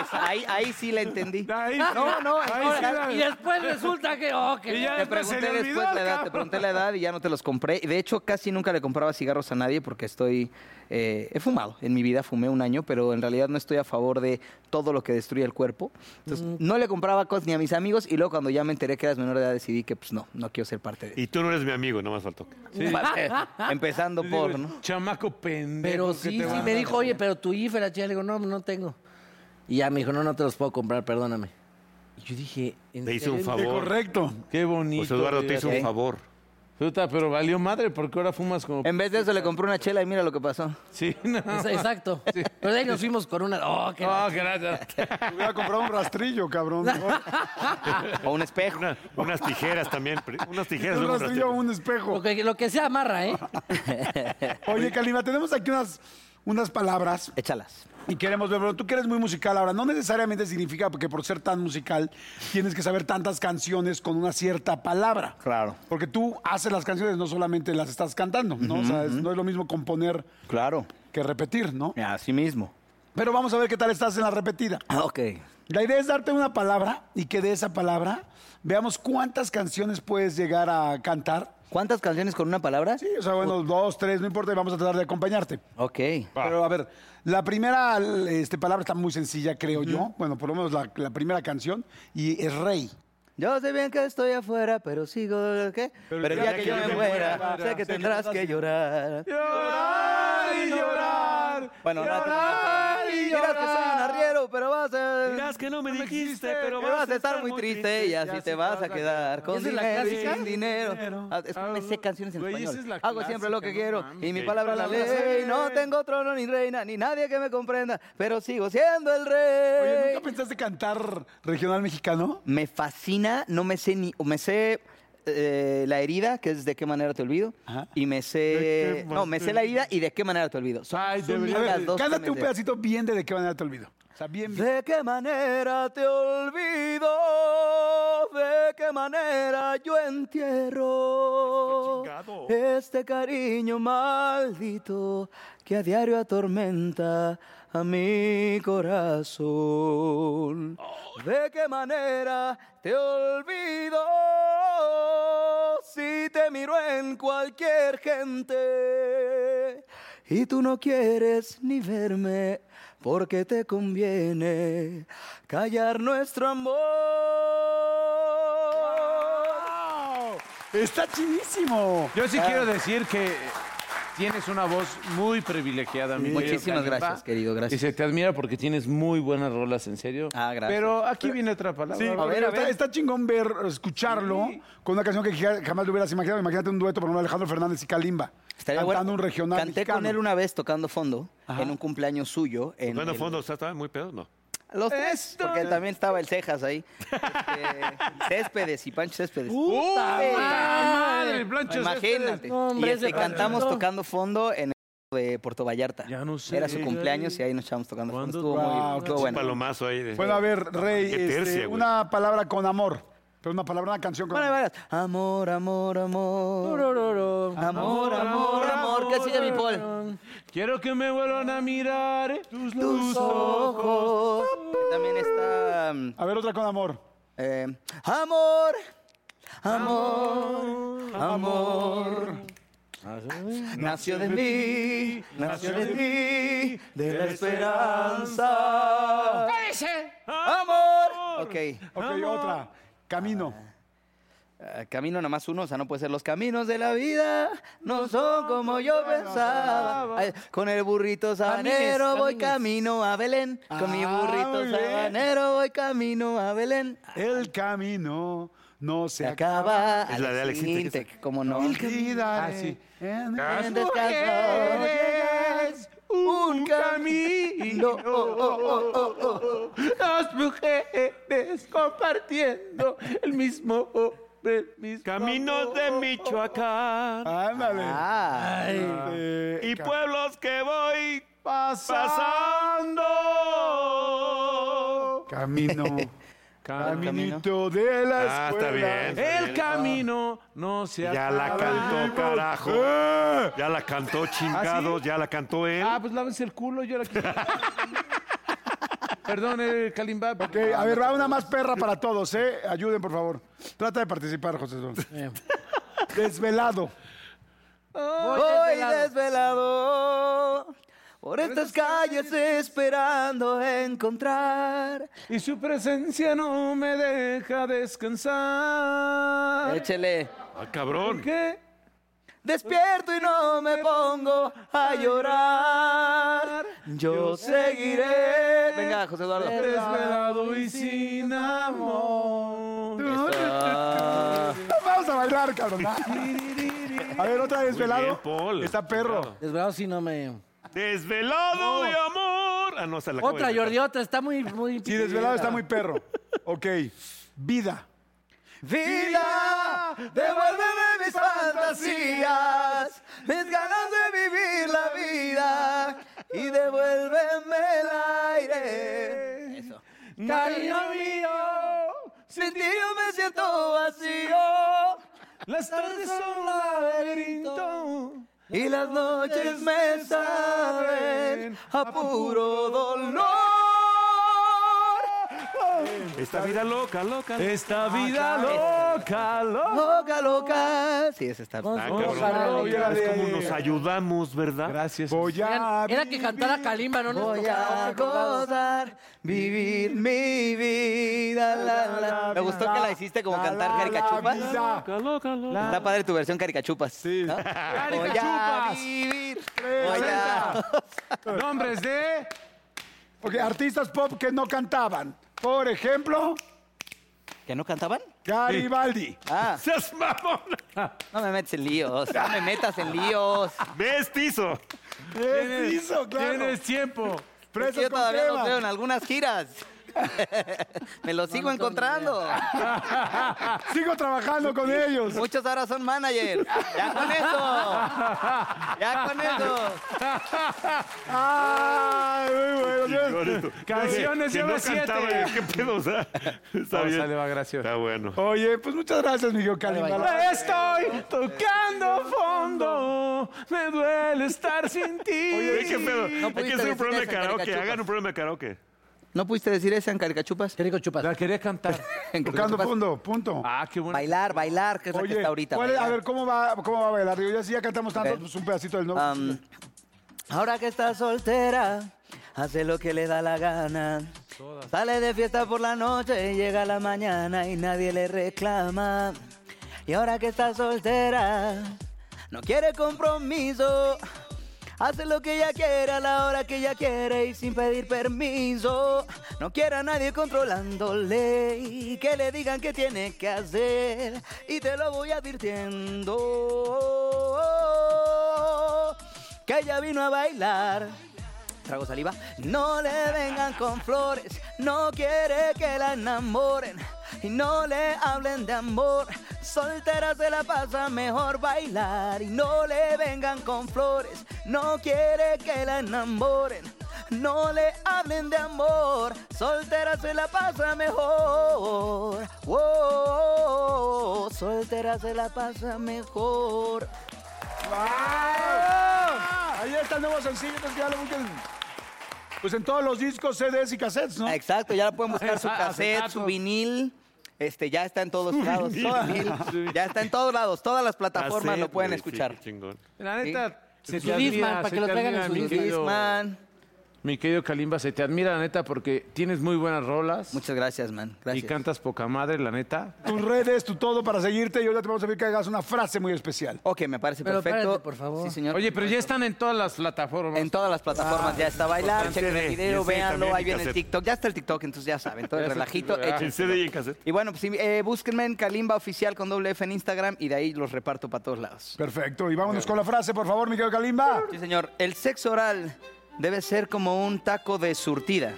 Speaker 9: Es- ahí, ahí sí la entendí.
Speaker 7: Ahí
Speaker 9: No, no, ahora-
Speaker 6: Y después resulta que. Oh, que
Speaker 7: Y ya
Speaker 9: Te
Speaker 7: después se
Speaker 9: pregunté
Speaker 7: le
Speaker 9: después
Speaker 7: olvidó
Speaker 9: la
Speaker 7: al
Speaker 9: edad, te
Speaker 7: cabrón.
Speaker 9: pregunté la edad y ya no te los compré. De hecho, casi nunca le compraba cigarros a nadie porque estoy... eh, he fumado. En mi vida fumé un año, pero en realidad no estoy a favor de todo lo que destruye el cuerpo. Entonces, no le compraba cosas ni a mis amigos y luego cuando ya me enteré que eras menor de edad decidí que, pues, no, no quiero ser parte de
Speaker 4: Y tú no eres mi amigo, nomás faltó.
Speaker 9: Empezando
Speaker 3: Digo,
Speaker 9: por, ¿no?
Speaker 3: Chamaco pendejo.
Speaker 6: Pero
Speaker 3: que
Speaker 6: sí,
Speaker 3: te
Speaker 6: sí,
Speaker 3: va-
Speaker 6: me dijo, oye, pero tu IFE, la chica, le digo, no, no tengo. Y ya me dijo, no, no te los puedo comprar, perdóname. Y yo dije, ¿en
Speaker 4: Te hice un
Speaker 6: serio?
Speaker 4: favor.
Speaker 7: Correcto.
Speaker 3: Qué bonito.
Speaker 4: José Eduardo, te
Speaker 3: oye,
Speaker 4: hizo un favor.
Speaker 2: Puta, pero valió madre porque ahora fumas como...
Speaker 10: En vez de eso le compré una chela y mira lo que pasó.
Speaker 2: Sí, no.
Speaker 9: Es- Exacto. Pero de ahí nos fuimos con una. ¡Oh, qué
Speaker 2: No, gracias.
Speaker 7: Hubiera comprado un rastrillo, cabrón.
Speaker 9: (laughs)
Speaker 10: O un espejo.
Speaker 4: (laughs) Una- unas tijeras también. pri- Unas tijeras.
Speaker 7: un
Speaker 4: luego unas
Speaker 7: rastrillo o
Speaker 4: tijeras.
Speaker 7: un
Speaker 9: Lo
Speaker 7: espejo.
Speaker 9: que, lo que sea amarra, ¿eh?
Speaker 7: (laughs) Oye, Calima, tenemos aquí unas, unas palabras
Speaker 10: Échalas.
Speaker 7: y queremos ver, pero tú que eres muy musical ahora, no necesariamente significa que por ser tan musical tienes que saber tantas canciones con una cierta palabra.
Speaker 10: Claro.
Speaker 7: Porque tú haces las canciones, no solamente las estás cantando, ¿no? O sea, es- no es lo mismo componer
Speaker 10: Claro.
Speaker 7: que repetir, ¿no?
Speaker 10: Así mismo.
Speaker 7: Pero vamos a ver qué tal estás en la repetida.
Speaker 10: Ah, ok.
Speaker 7: La idea es darte una palabra y que de esa palabra veamos cuántas canciones puedes llegar a cantar.
Speaker 10: ¿Cuántas canciones con una palabra?
Speaker 7: Sí, o sea, bueno, dos, tres, no importa, y vamos a tratar de acompañarte.
Speaker 10: Ok.
Speaker 7: Pero a ver, la primera este, palabra está muy sencilla, creo yo. Bueno, por lo menos la, la primera canción, y es rey.
Speaker 10: Yo sé bien que estoy afuera, pero sigo... ¿Qué? Pero, el día que yo me muera, sé que tendrás que llorar.
Speaker 2: Llorar y llorar.
Speaker 10: Bueno, no,
Speaker 2: llorar y
Speaker 10: Dirás que soy un
Speaker 2: llorar.
Speaker 10: arriero, pero vas a...
Speaker 4: Dirás que no me dijiste,
Speaker 10: Pero
Speaker 4: pero
Speaker 10: vas a estar muy triste y así te vas a quedar con
Speaker 9: ¿Esa es la
Speaker 10: dinero y
Speaker 9: clásica?
Speaker 10: sin dinero.
Speaker 2: Dinero.
Speaker 10: Ah, Es que me sé canciones en
Speaker 2: Güey, esa
Speaker 10: español.
Speaker 2: es la
Speaker 10: Hago siempre lo que
Speaker 2: clásica,
Speaker 10: quiero
Speaker 2: no mames.
Speaker 10: y mi
Speaker 2: Sí.
Speaker 10: palabra la
Speaker 2: Palabra
Speaker 10: ley.
Speaker 2: ley.
Speaker 10: No tengo trono ni reina ni nadie que me comprenda, pero sigo siendo el rey.
Speaker 7: Oye, ¿nunca pensaste cantar regional mexicano?
Speaker 10: Me fascina, no me sé ni, o me sé eh, la herida, que es de qué manera te olvido,
Speaker 7: Ajá.
Speaker 10: y me sé, no, me sé la herida y de qué manera te olvido. Son,
Speaker 7: Ay,
Speaker 10: son
Speaker 7: debería-
Speaker 10: las
Speaker 7: ver,
Speaker 10: dos que
Speaker 7: Cántate
Speaker 10: me
Speaker 7: un
Speaker 10: sé.
Speaker 7: pedacito bien de de qué manera te olvido. O sea, bien, bien.
Speaker 10: ¿De qué manera te olvido? ¿De qué manera yo entierro este cariño maldito que a diario atormenta a mi corazón? ¿De qué manera te olvido? Si te miro en cualquier gente y tú no quieres ni verme porque te conviene callar nuestro amor.
Speaker 7: Está chidísimo.
Speaker 2: Yo sí quiero decir
Speaker 10: Ah,
Speaker 2: que tienes una voz muy privilegiada. mi querido
Speaker 10: Muchísimas
Speaker 2: Califa.
Speaker 10: gracias, querido, gracias.
Speaker 2: Y se te admira porque tienes muy buenas rolas, en serio.
Speaker 10: Ah, gracias.
Speaker 2: Pero aquí viene otra palabra.
Speaker 7: A ver, está, está chingón ver, escucharlo con una canción que ja- jamás lo hubieras imaginado. Imagínate un dueto por ejemplo, Alejandro Fernández y Kalimba.
Speaker 10: Estaría
Speaker 7: cantando
Speaker 10: bueno.
Speaker 7: un regional
Speaker 10: Canté
Speaker 7: mexicano.
Speaker 10: con él una vez tocando fondo en un cumpleaños suyo. En
Speaker 4: Tocando
Speaker 10: el-
Speaker 4: fondo, o sea, estaba muy pedo, no.
Speaker 10: Los tres, porque también estaba el Cejas ahí. Este, Céspedes y Pancho Céspedes.
Speaker 2: ¡Puta
Speaker 10: Sí.
Speaker 2: madre! Planchas
Speaker 10: Imagínate.
Speaker 9: No, hombre,
Speaker 10: y este,
Speaker 9: ese
Speaker 10: cantamos
Speaker 9: cantito.
Speaker 10: tocando fondo en el de Puerto Vallarta.
Speaker 2: Ya no sé.
Speaker 10: Era su cumpleaños y ahí nos echamos tocando fondo. Estuvo muy estuvo
Speaker 4: Un
Speaker 10: bueno.
Speaker 4: palomazo ahí. De...
Speaker 7: Bueno, a ver, Rey,
Speaker 4: Qué
Speaker 7: este,
Speaker 4: tercia, güey.
Speaker 7: una palabra con amor. Pero una palabra, una canción con
Speaker 10: Bueno, hay
Speaker 7: amor.
Speaker 10: varias. Amor, amor, amor.
Speaker 9: Torororo.
Speaker 10: Amor, amor, amor. ¿Qué sigue mi Paul?
Speaker 2: Quiero que me vuelvan a mirar tus,
Speaker 10: Tus ojos. También está. mm,
Speaker 7: A ver, otra con amor.
Speaker 10: eh, amor, amor, amor. Nació de mí, nació de mí, de la esperanza. Amor. Ok.
Speaker 7: Ok, otra. Camino.
Speaker 10: eh, Camino nada más uno, o sea, no puede ser. Los caminos de la vida no son como yo pensaba. Ay, con el burrito sabanero voy
Speaker 9: camines.
Speaker 10: camino a Belén. Con mi
Speaker 7: Ah,
Speaker 10: burrito
Speaker 7: muy bien.
Speaker 10: sabanero voy camino a Belén.
Speaker 7: El camino no se
Speaker 10: Se acaba.
Speaker 4: Es la de Alex Intec,
Speaker 10: Intec, ¿Cómo no?
Speaker 7: Olvidaré.
Speaker 2: Ah, sí.
Speaker 7: En-
Speaker 10: En descanso.
Speaker 2: Eres un camino.
Speaker 10: No, oh, oh, oh, oh, oh.
Speaker 2: Las mujeres compartiendo el mismo hombre, el mismo
Speaker 4: Caminos de
Speaker 2: amor.
Speaker 4: Michoacán
Speaker 7: Ándale.
Speaker 10: Ah,
Speaker 7: Eh,
Speaker 4: y pueblos que voy pasando.
Speaker 10: (laughs)
Speaker 7: Camino. Caminito de la
Speaker 4: Ah, está
Speaker 7: escuela.
Speaker 4: bien.
Speaker 2: El camino no se
Speaker 4: Ya la
Speaker 2: acaba.
Speaker 4: cantó, carajo.
Speaker 7: Ah.
Speaker 4: Ya la
Speaker 3: Ah,
Speaker 4: cantó, chingados. Ya la cantó él.
Speaker 2: Ah, pues lávense el culo, yo la
Speaker 4: (laughs)
Speaker 2: quité. Perdón, eh, Kalimba.
Speaker 7: Ok, a ver, va una más perra para todos, ¿eh? Ayuden, por favor. Trata de participar, José. Sol.
Speaker 10: Eh.
Speaker 7: Desvelado.
Speaker 10: Voy desvelado por estas calles esperando encontrar.
Speaker 2: Y su presencia no me deja descansar.
Speaker 10: Échele.
Speaker 4: Ah, cabrón.
Speaker 2: ¿Qué?
Speaker 10: Despierto y no me pongo a llorar. Yo seguiré. Venga, José Eduardo.
Speaker 2: Desvelado y sin amor.
Speaker 7: Vamos a bailar, cabrón. ¿ah? A ver, otra vez,
Speaker 4: Muy bien,
Speaker 7: velado.
Speaker 4: Paul.
Speaker 7: Está perro.
Speaker 9: Desvelado sí no me...
Speaker 4: (laughs)
Speaker 9: No.
Speaker 4: Desvelado de amor. Ah, no, se la acabo
Speaker 9: Otra,
Speaker 4: de-
Speaker 9: Jordi, otra. Está muy... muy
Speaker 7: Sí, desvelado está muy perro. Ok. Vida.
Speaker 2: Vida, devuélveme mis fantasías, mis ganas de vivir la vida y devuélveme el aire. Eso. Cariño mío, sin ti yo me siento vacío. Las tardes son un laberinto y las noches me saben a puro dolor.
Speaker 4: Esta vida loca, loca.
Speaker 10: Ah,
Speaker 4: Ah,
Speaker 3: Esta vida loca, loca.
Speaker 10: Loca, loca. Sí, esa
Speaker 2: este.
Speaker 10: está.
Speaker 4: Ah,
Speaker 9: Vamos,
Speaker 4: cabrón.
Speaker 9: ojalá.
Speaker 4: Es como nos ayudamos, ¿verdad? (laughs)
Speaker 3: Gracias.
Speaker 7: Voy a.
Speaker 9: Oigan, Era que
Speaker 7: vivir.
Speaker 9: cantara Kalimba, no nos
Speaker 10: Voy
Speaker 9: tocaba
Speaker 10: a
Speaker 9: otro lado.
Speaker 10: gozar, vivir mi vida. la, la. Me gustó que la hiciste como
Speaker 7: La,
Speaker 10: cantar
Speaker 7: la,
Speaker 10: caricachupas.
Speaker 7: la vida.
Speaker 4: Loca, loca, loca.
Speaker 10: Está padre tu versión caricachupas. Sí. Voy a
Speaker 3: Caricachupas.
Speaker 10: vivir. Voy a...
Speaker 7: Presenta.
Speaker 3: Nombres de.
Speaker 7: Ok, ¿Eh? artistas pop que no cantaban. Por ejemplo,
Speaker 10: ¿Que no cantaban?
Speaker 7: Garibaldi.
Speaker 3: (laughs)
Speaker 10: Ah,
Speaker 4: ¡Seas mamón!
Speaker 10: no me metes en líos. No me metas en líos.
Speaker 4: ¡Mestizo!
Speaker 7: ¿Qué hizo? Claro.
Speaker 3: Tienes tiempo.
Speaker 10: Es que
Speaker 7: Presos
Speaker 10: yo
Speaker 7: con
Speaker 10: todavía
Speaker 7: crema.
Speaker 10: los veo en algunas giras. (laughs) me los sigo encontrando.
Speaker 7: (laughs) Sigo trabajando con ellos.
Speaker 10: Muchos ahora son manager. Ya con eso. Ya con eso.
Speaker 7: Ay, muy bueno.
Speaker 3: Canciones
Speaker 4: Que
Speaker 3: lleva
Speaker 4: no cantaba,
Speaker 3: siete.
Speaker 4: ¿Qué pedo? O sea, (laughs) está
Speaker 3: No,
Speaker 4: bien.
Speaker 3: sale, va, gracias.
Speaker 4: Está bueno.
Speaker 7: Oye, pues muchas gracias, Miguel Calimba.
Speaker 3: Estoy tocando fondo. Me duele estar sin ti.
Speaker 4: Oye, ¿qué pedo? Hay que
Speaker 10: pudiste
Speaker 4: hacer un
Speaker 10: decir
Speaker 4: programa de
Speaker 10: eso en
Speaker 4: karaoke.
Speaker 10: Caricachupas.
Speaker 4: Hagan un programa de karaoke.
Speaker 10: ¿No pudiste decir esa en Caricachupas?
Speaker 9: Qué rico chupas.
Speaker 3: La quería cantar.
Speaker 10: (laughs) En
Speaker 7: Tocando
Speaker 10: Caricachupas.
Speaker 7: fondo, punto.
Speaker 3: Ah, qué bueno.
Speaker 10: Bailar, bailar, que es la que está ahorita.
Speaker 7: ¿cuál es- a
Speaker 10: bailar.
Speaker 7: ver, ¿cómo va, ¿cómo va a bailar? Digo, ya si ya cantamos tanto,
Speaker 10: Ok.
Speaker 7: pues un pedacito del nuevo.
Speaker 10: Am, ahora que está soltera, hace lo que le da la gana. Sale de fiesta por la noche, llega la mañana y nadie le reclama. Y ahora que está soltera, no quiere compromiso. Hace lo que ella quiere a la hora que ella quiere y sin pedir permiso. No quiere a nadie controlándole y que le digan qué tiene que hacer. Y te lo voy advirtiendo. Que ella vino a bailar. Trago saliva. No le vengan con flores, no quiere que la enamoren. Y no le hablen de amor, soltera se la pasa mejor bailar. Y no le vengan con flores, no quiere que la enamoren. No le hablen de amor, soltera se la pasa mejor. Oh, soltera se la pasa mejor.
Speaker 7: Ahí está el nuevo sencillo, entonces ya lo busquen. Pues en todos los discos, CDs y cassettes, ¿no?
Speaker 10: Ah, Exacto, ya la pueden buscar su cassette, su vinil. Este, ya está en todos lados. Toda- ya está en todos lados. Todas las plataformas lo
Speaker 4: Cassette,
Speaker 10: pueden
Speaker 4: güey, Ah, sí,
Speaker 10: escuchar.
Speaker 4: qué chingón.
Speaker 3: La neta. Se
Speaker 9: Su Discman, para
Speaker 3: se
Speaker 9: que lo
Speaker 3: te
Speaker 9: traigan en
Speaker 3: admira,
Speaker 9: su
Speaker 3: mi
Speaker 9: Discman.
Speaker 3: querido-
Speaker 10: Disman.
Speaker 3: Mi querido Kalimba, se te admira, la neta, porque tienes muy buenas rolas.
Speaker 10: Muchas gracias, man.
Speaker 3: Y
Speaker 10: Gracias.
Speaker 3: cantas poca madre, la neta.
Speaker 7: Tus redes, tu todo para seguirte y ahorita te vamos a pedir que hagas una frase muy especial.
Speaker 10: Ok, me parece
Speaker 9: Pero
Speaker 10: perfecto.
Speaker 9: párate, por favor.
Speaker 10: Sí, señor.
Speaker 3: Oye, pero ya están en todas las plataformas. Ah,
Speaker 10: En todas las plataformas ya está bailar,
Speaker 4: Importante
Speaker 10: chequen el
Speaker 4: de-
Speaker 10: video,
Speaker 4: y sí,
Speaker 10: véanlo,
Speaker 4: también
Speaker 10: ahí
Speaker 4: en
Speaker 10: viene el
Speaker 4: cassette.
Speaker 10: TikTok, ya está el TikTok, entonces ya saben, todo el relajito,
Speaker 4: En
Speaker 10: échenselo.
Speaker 4: CD y en cassette.
Speaker 10: Y bueno, pues sí, eh, búsquenme en Kalimba Oficial con doble F en Instagram y de ahí los reparto para todos lados.
Speaker 7: Perfecto, y vámonos con la frase, por favor, Miguel Calimba.
Speaker 10: Sí, señor. El sexo oral debe ser como un taco de surtida.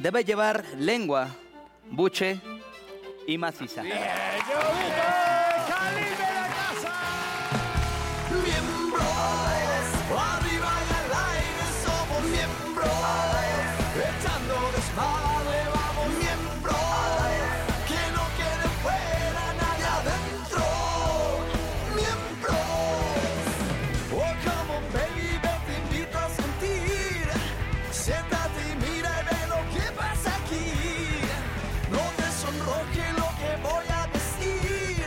Speaker 10: Debe llevar lengua, buche y maciza.
Speaker 2: Miembro arriba y al aire somos miembro echando desmadre vamos miembro que no quede fuera nadie adentro miembro oh come on baby te invito a sentir siéntate y mira y ve lo que pasa aquí no te sonroje lo que voy a decir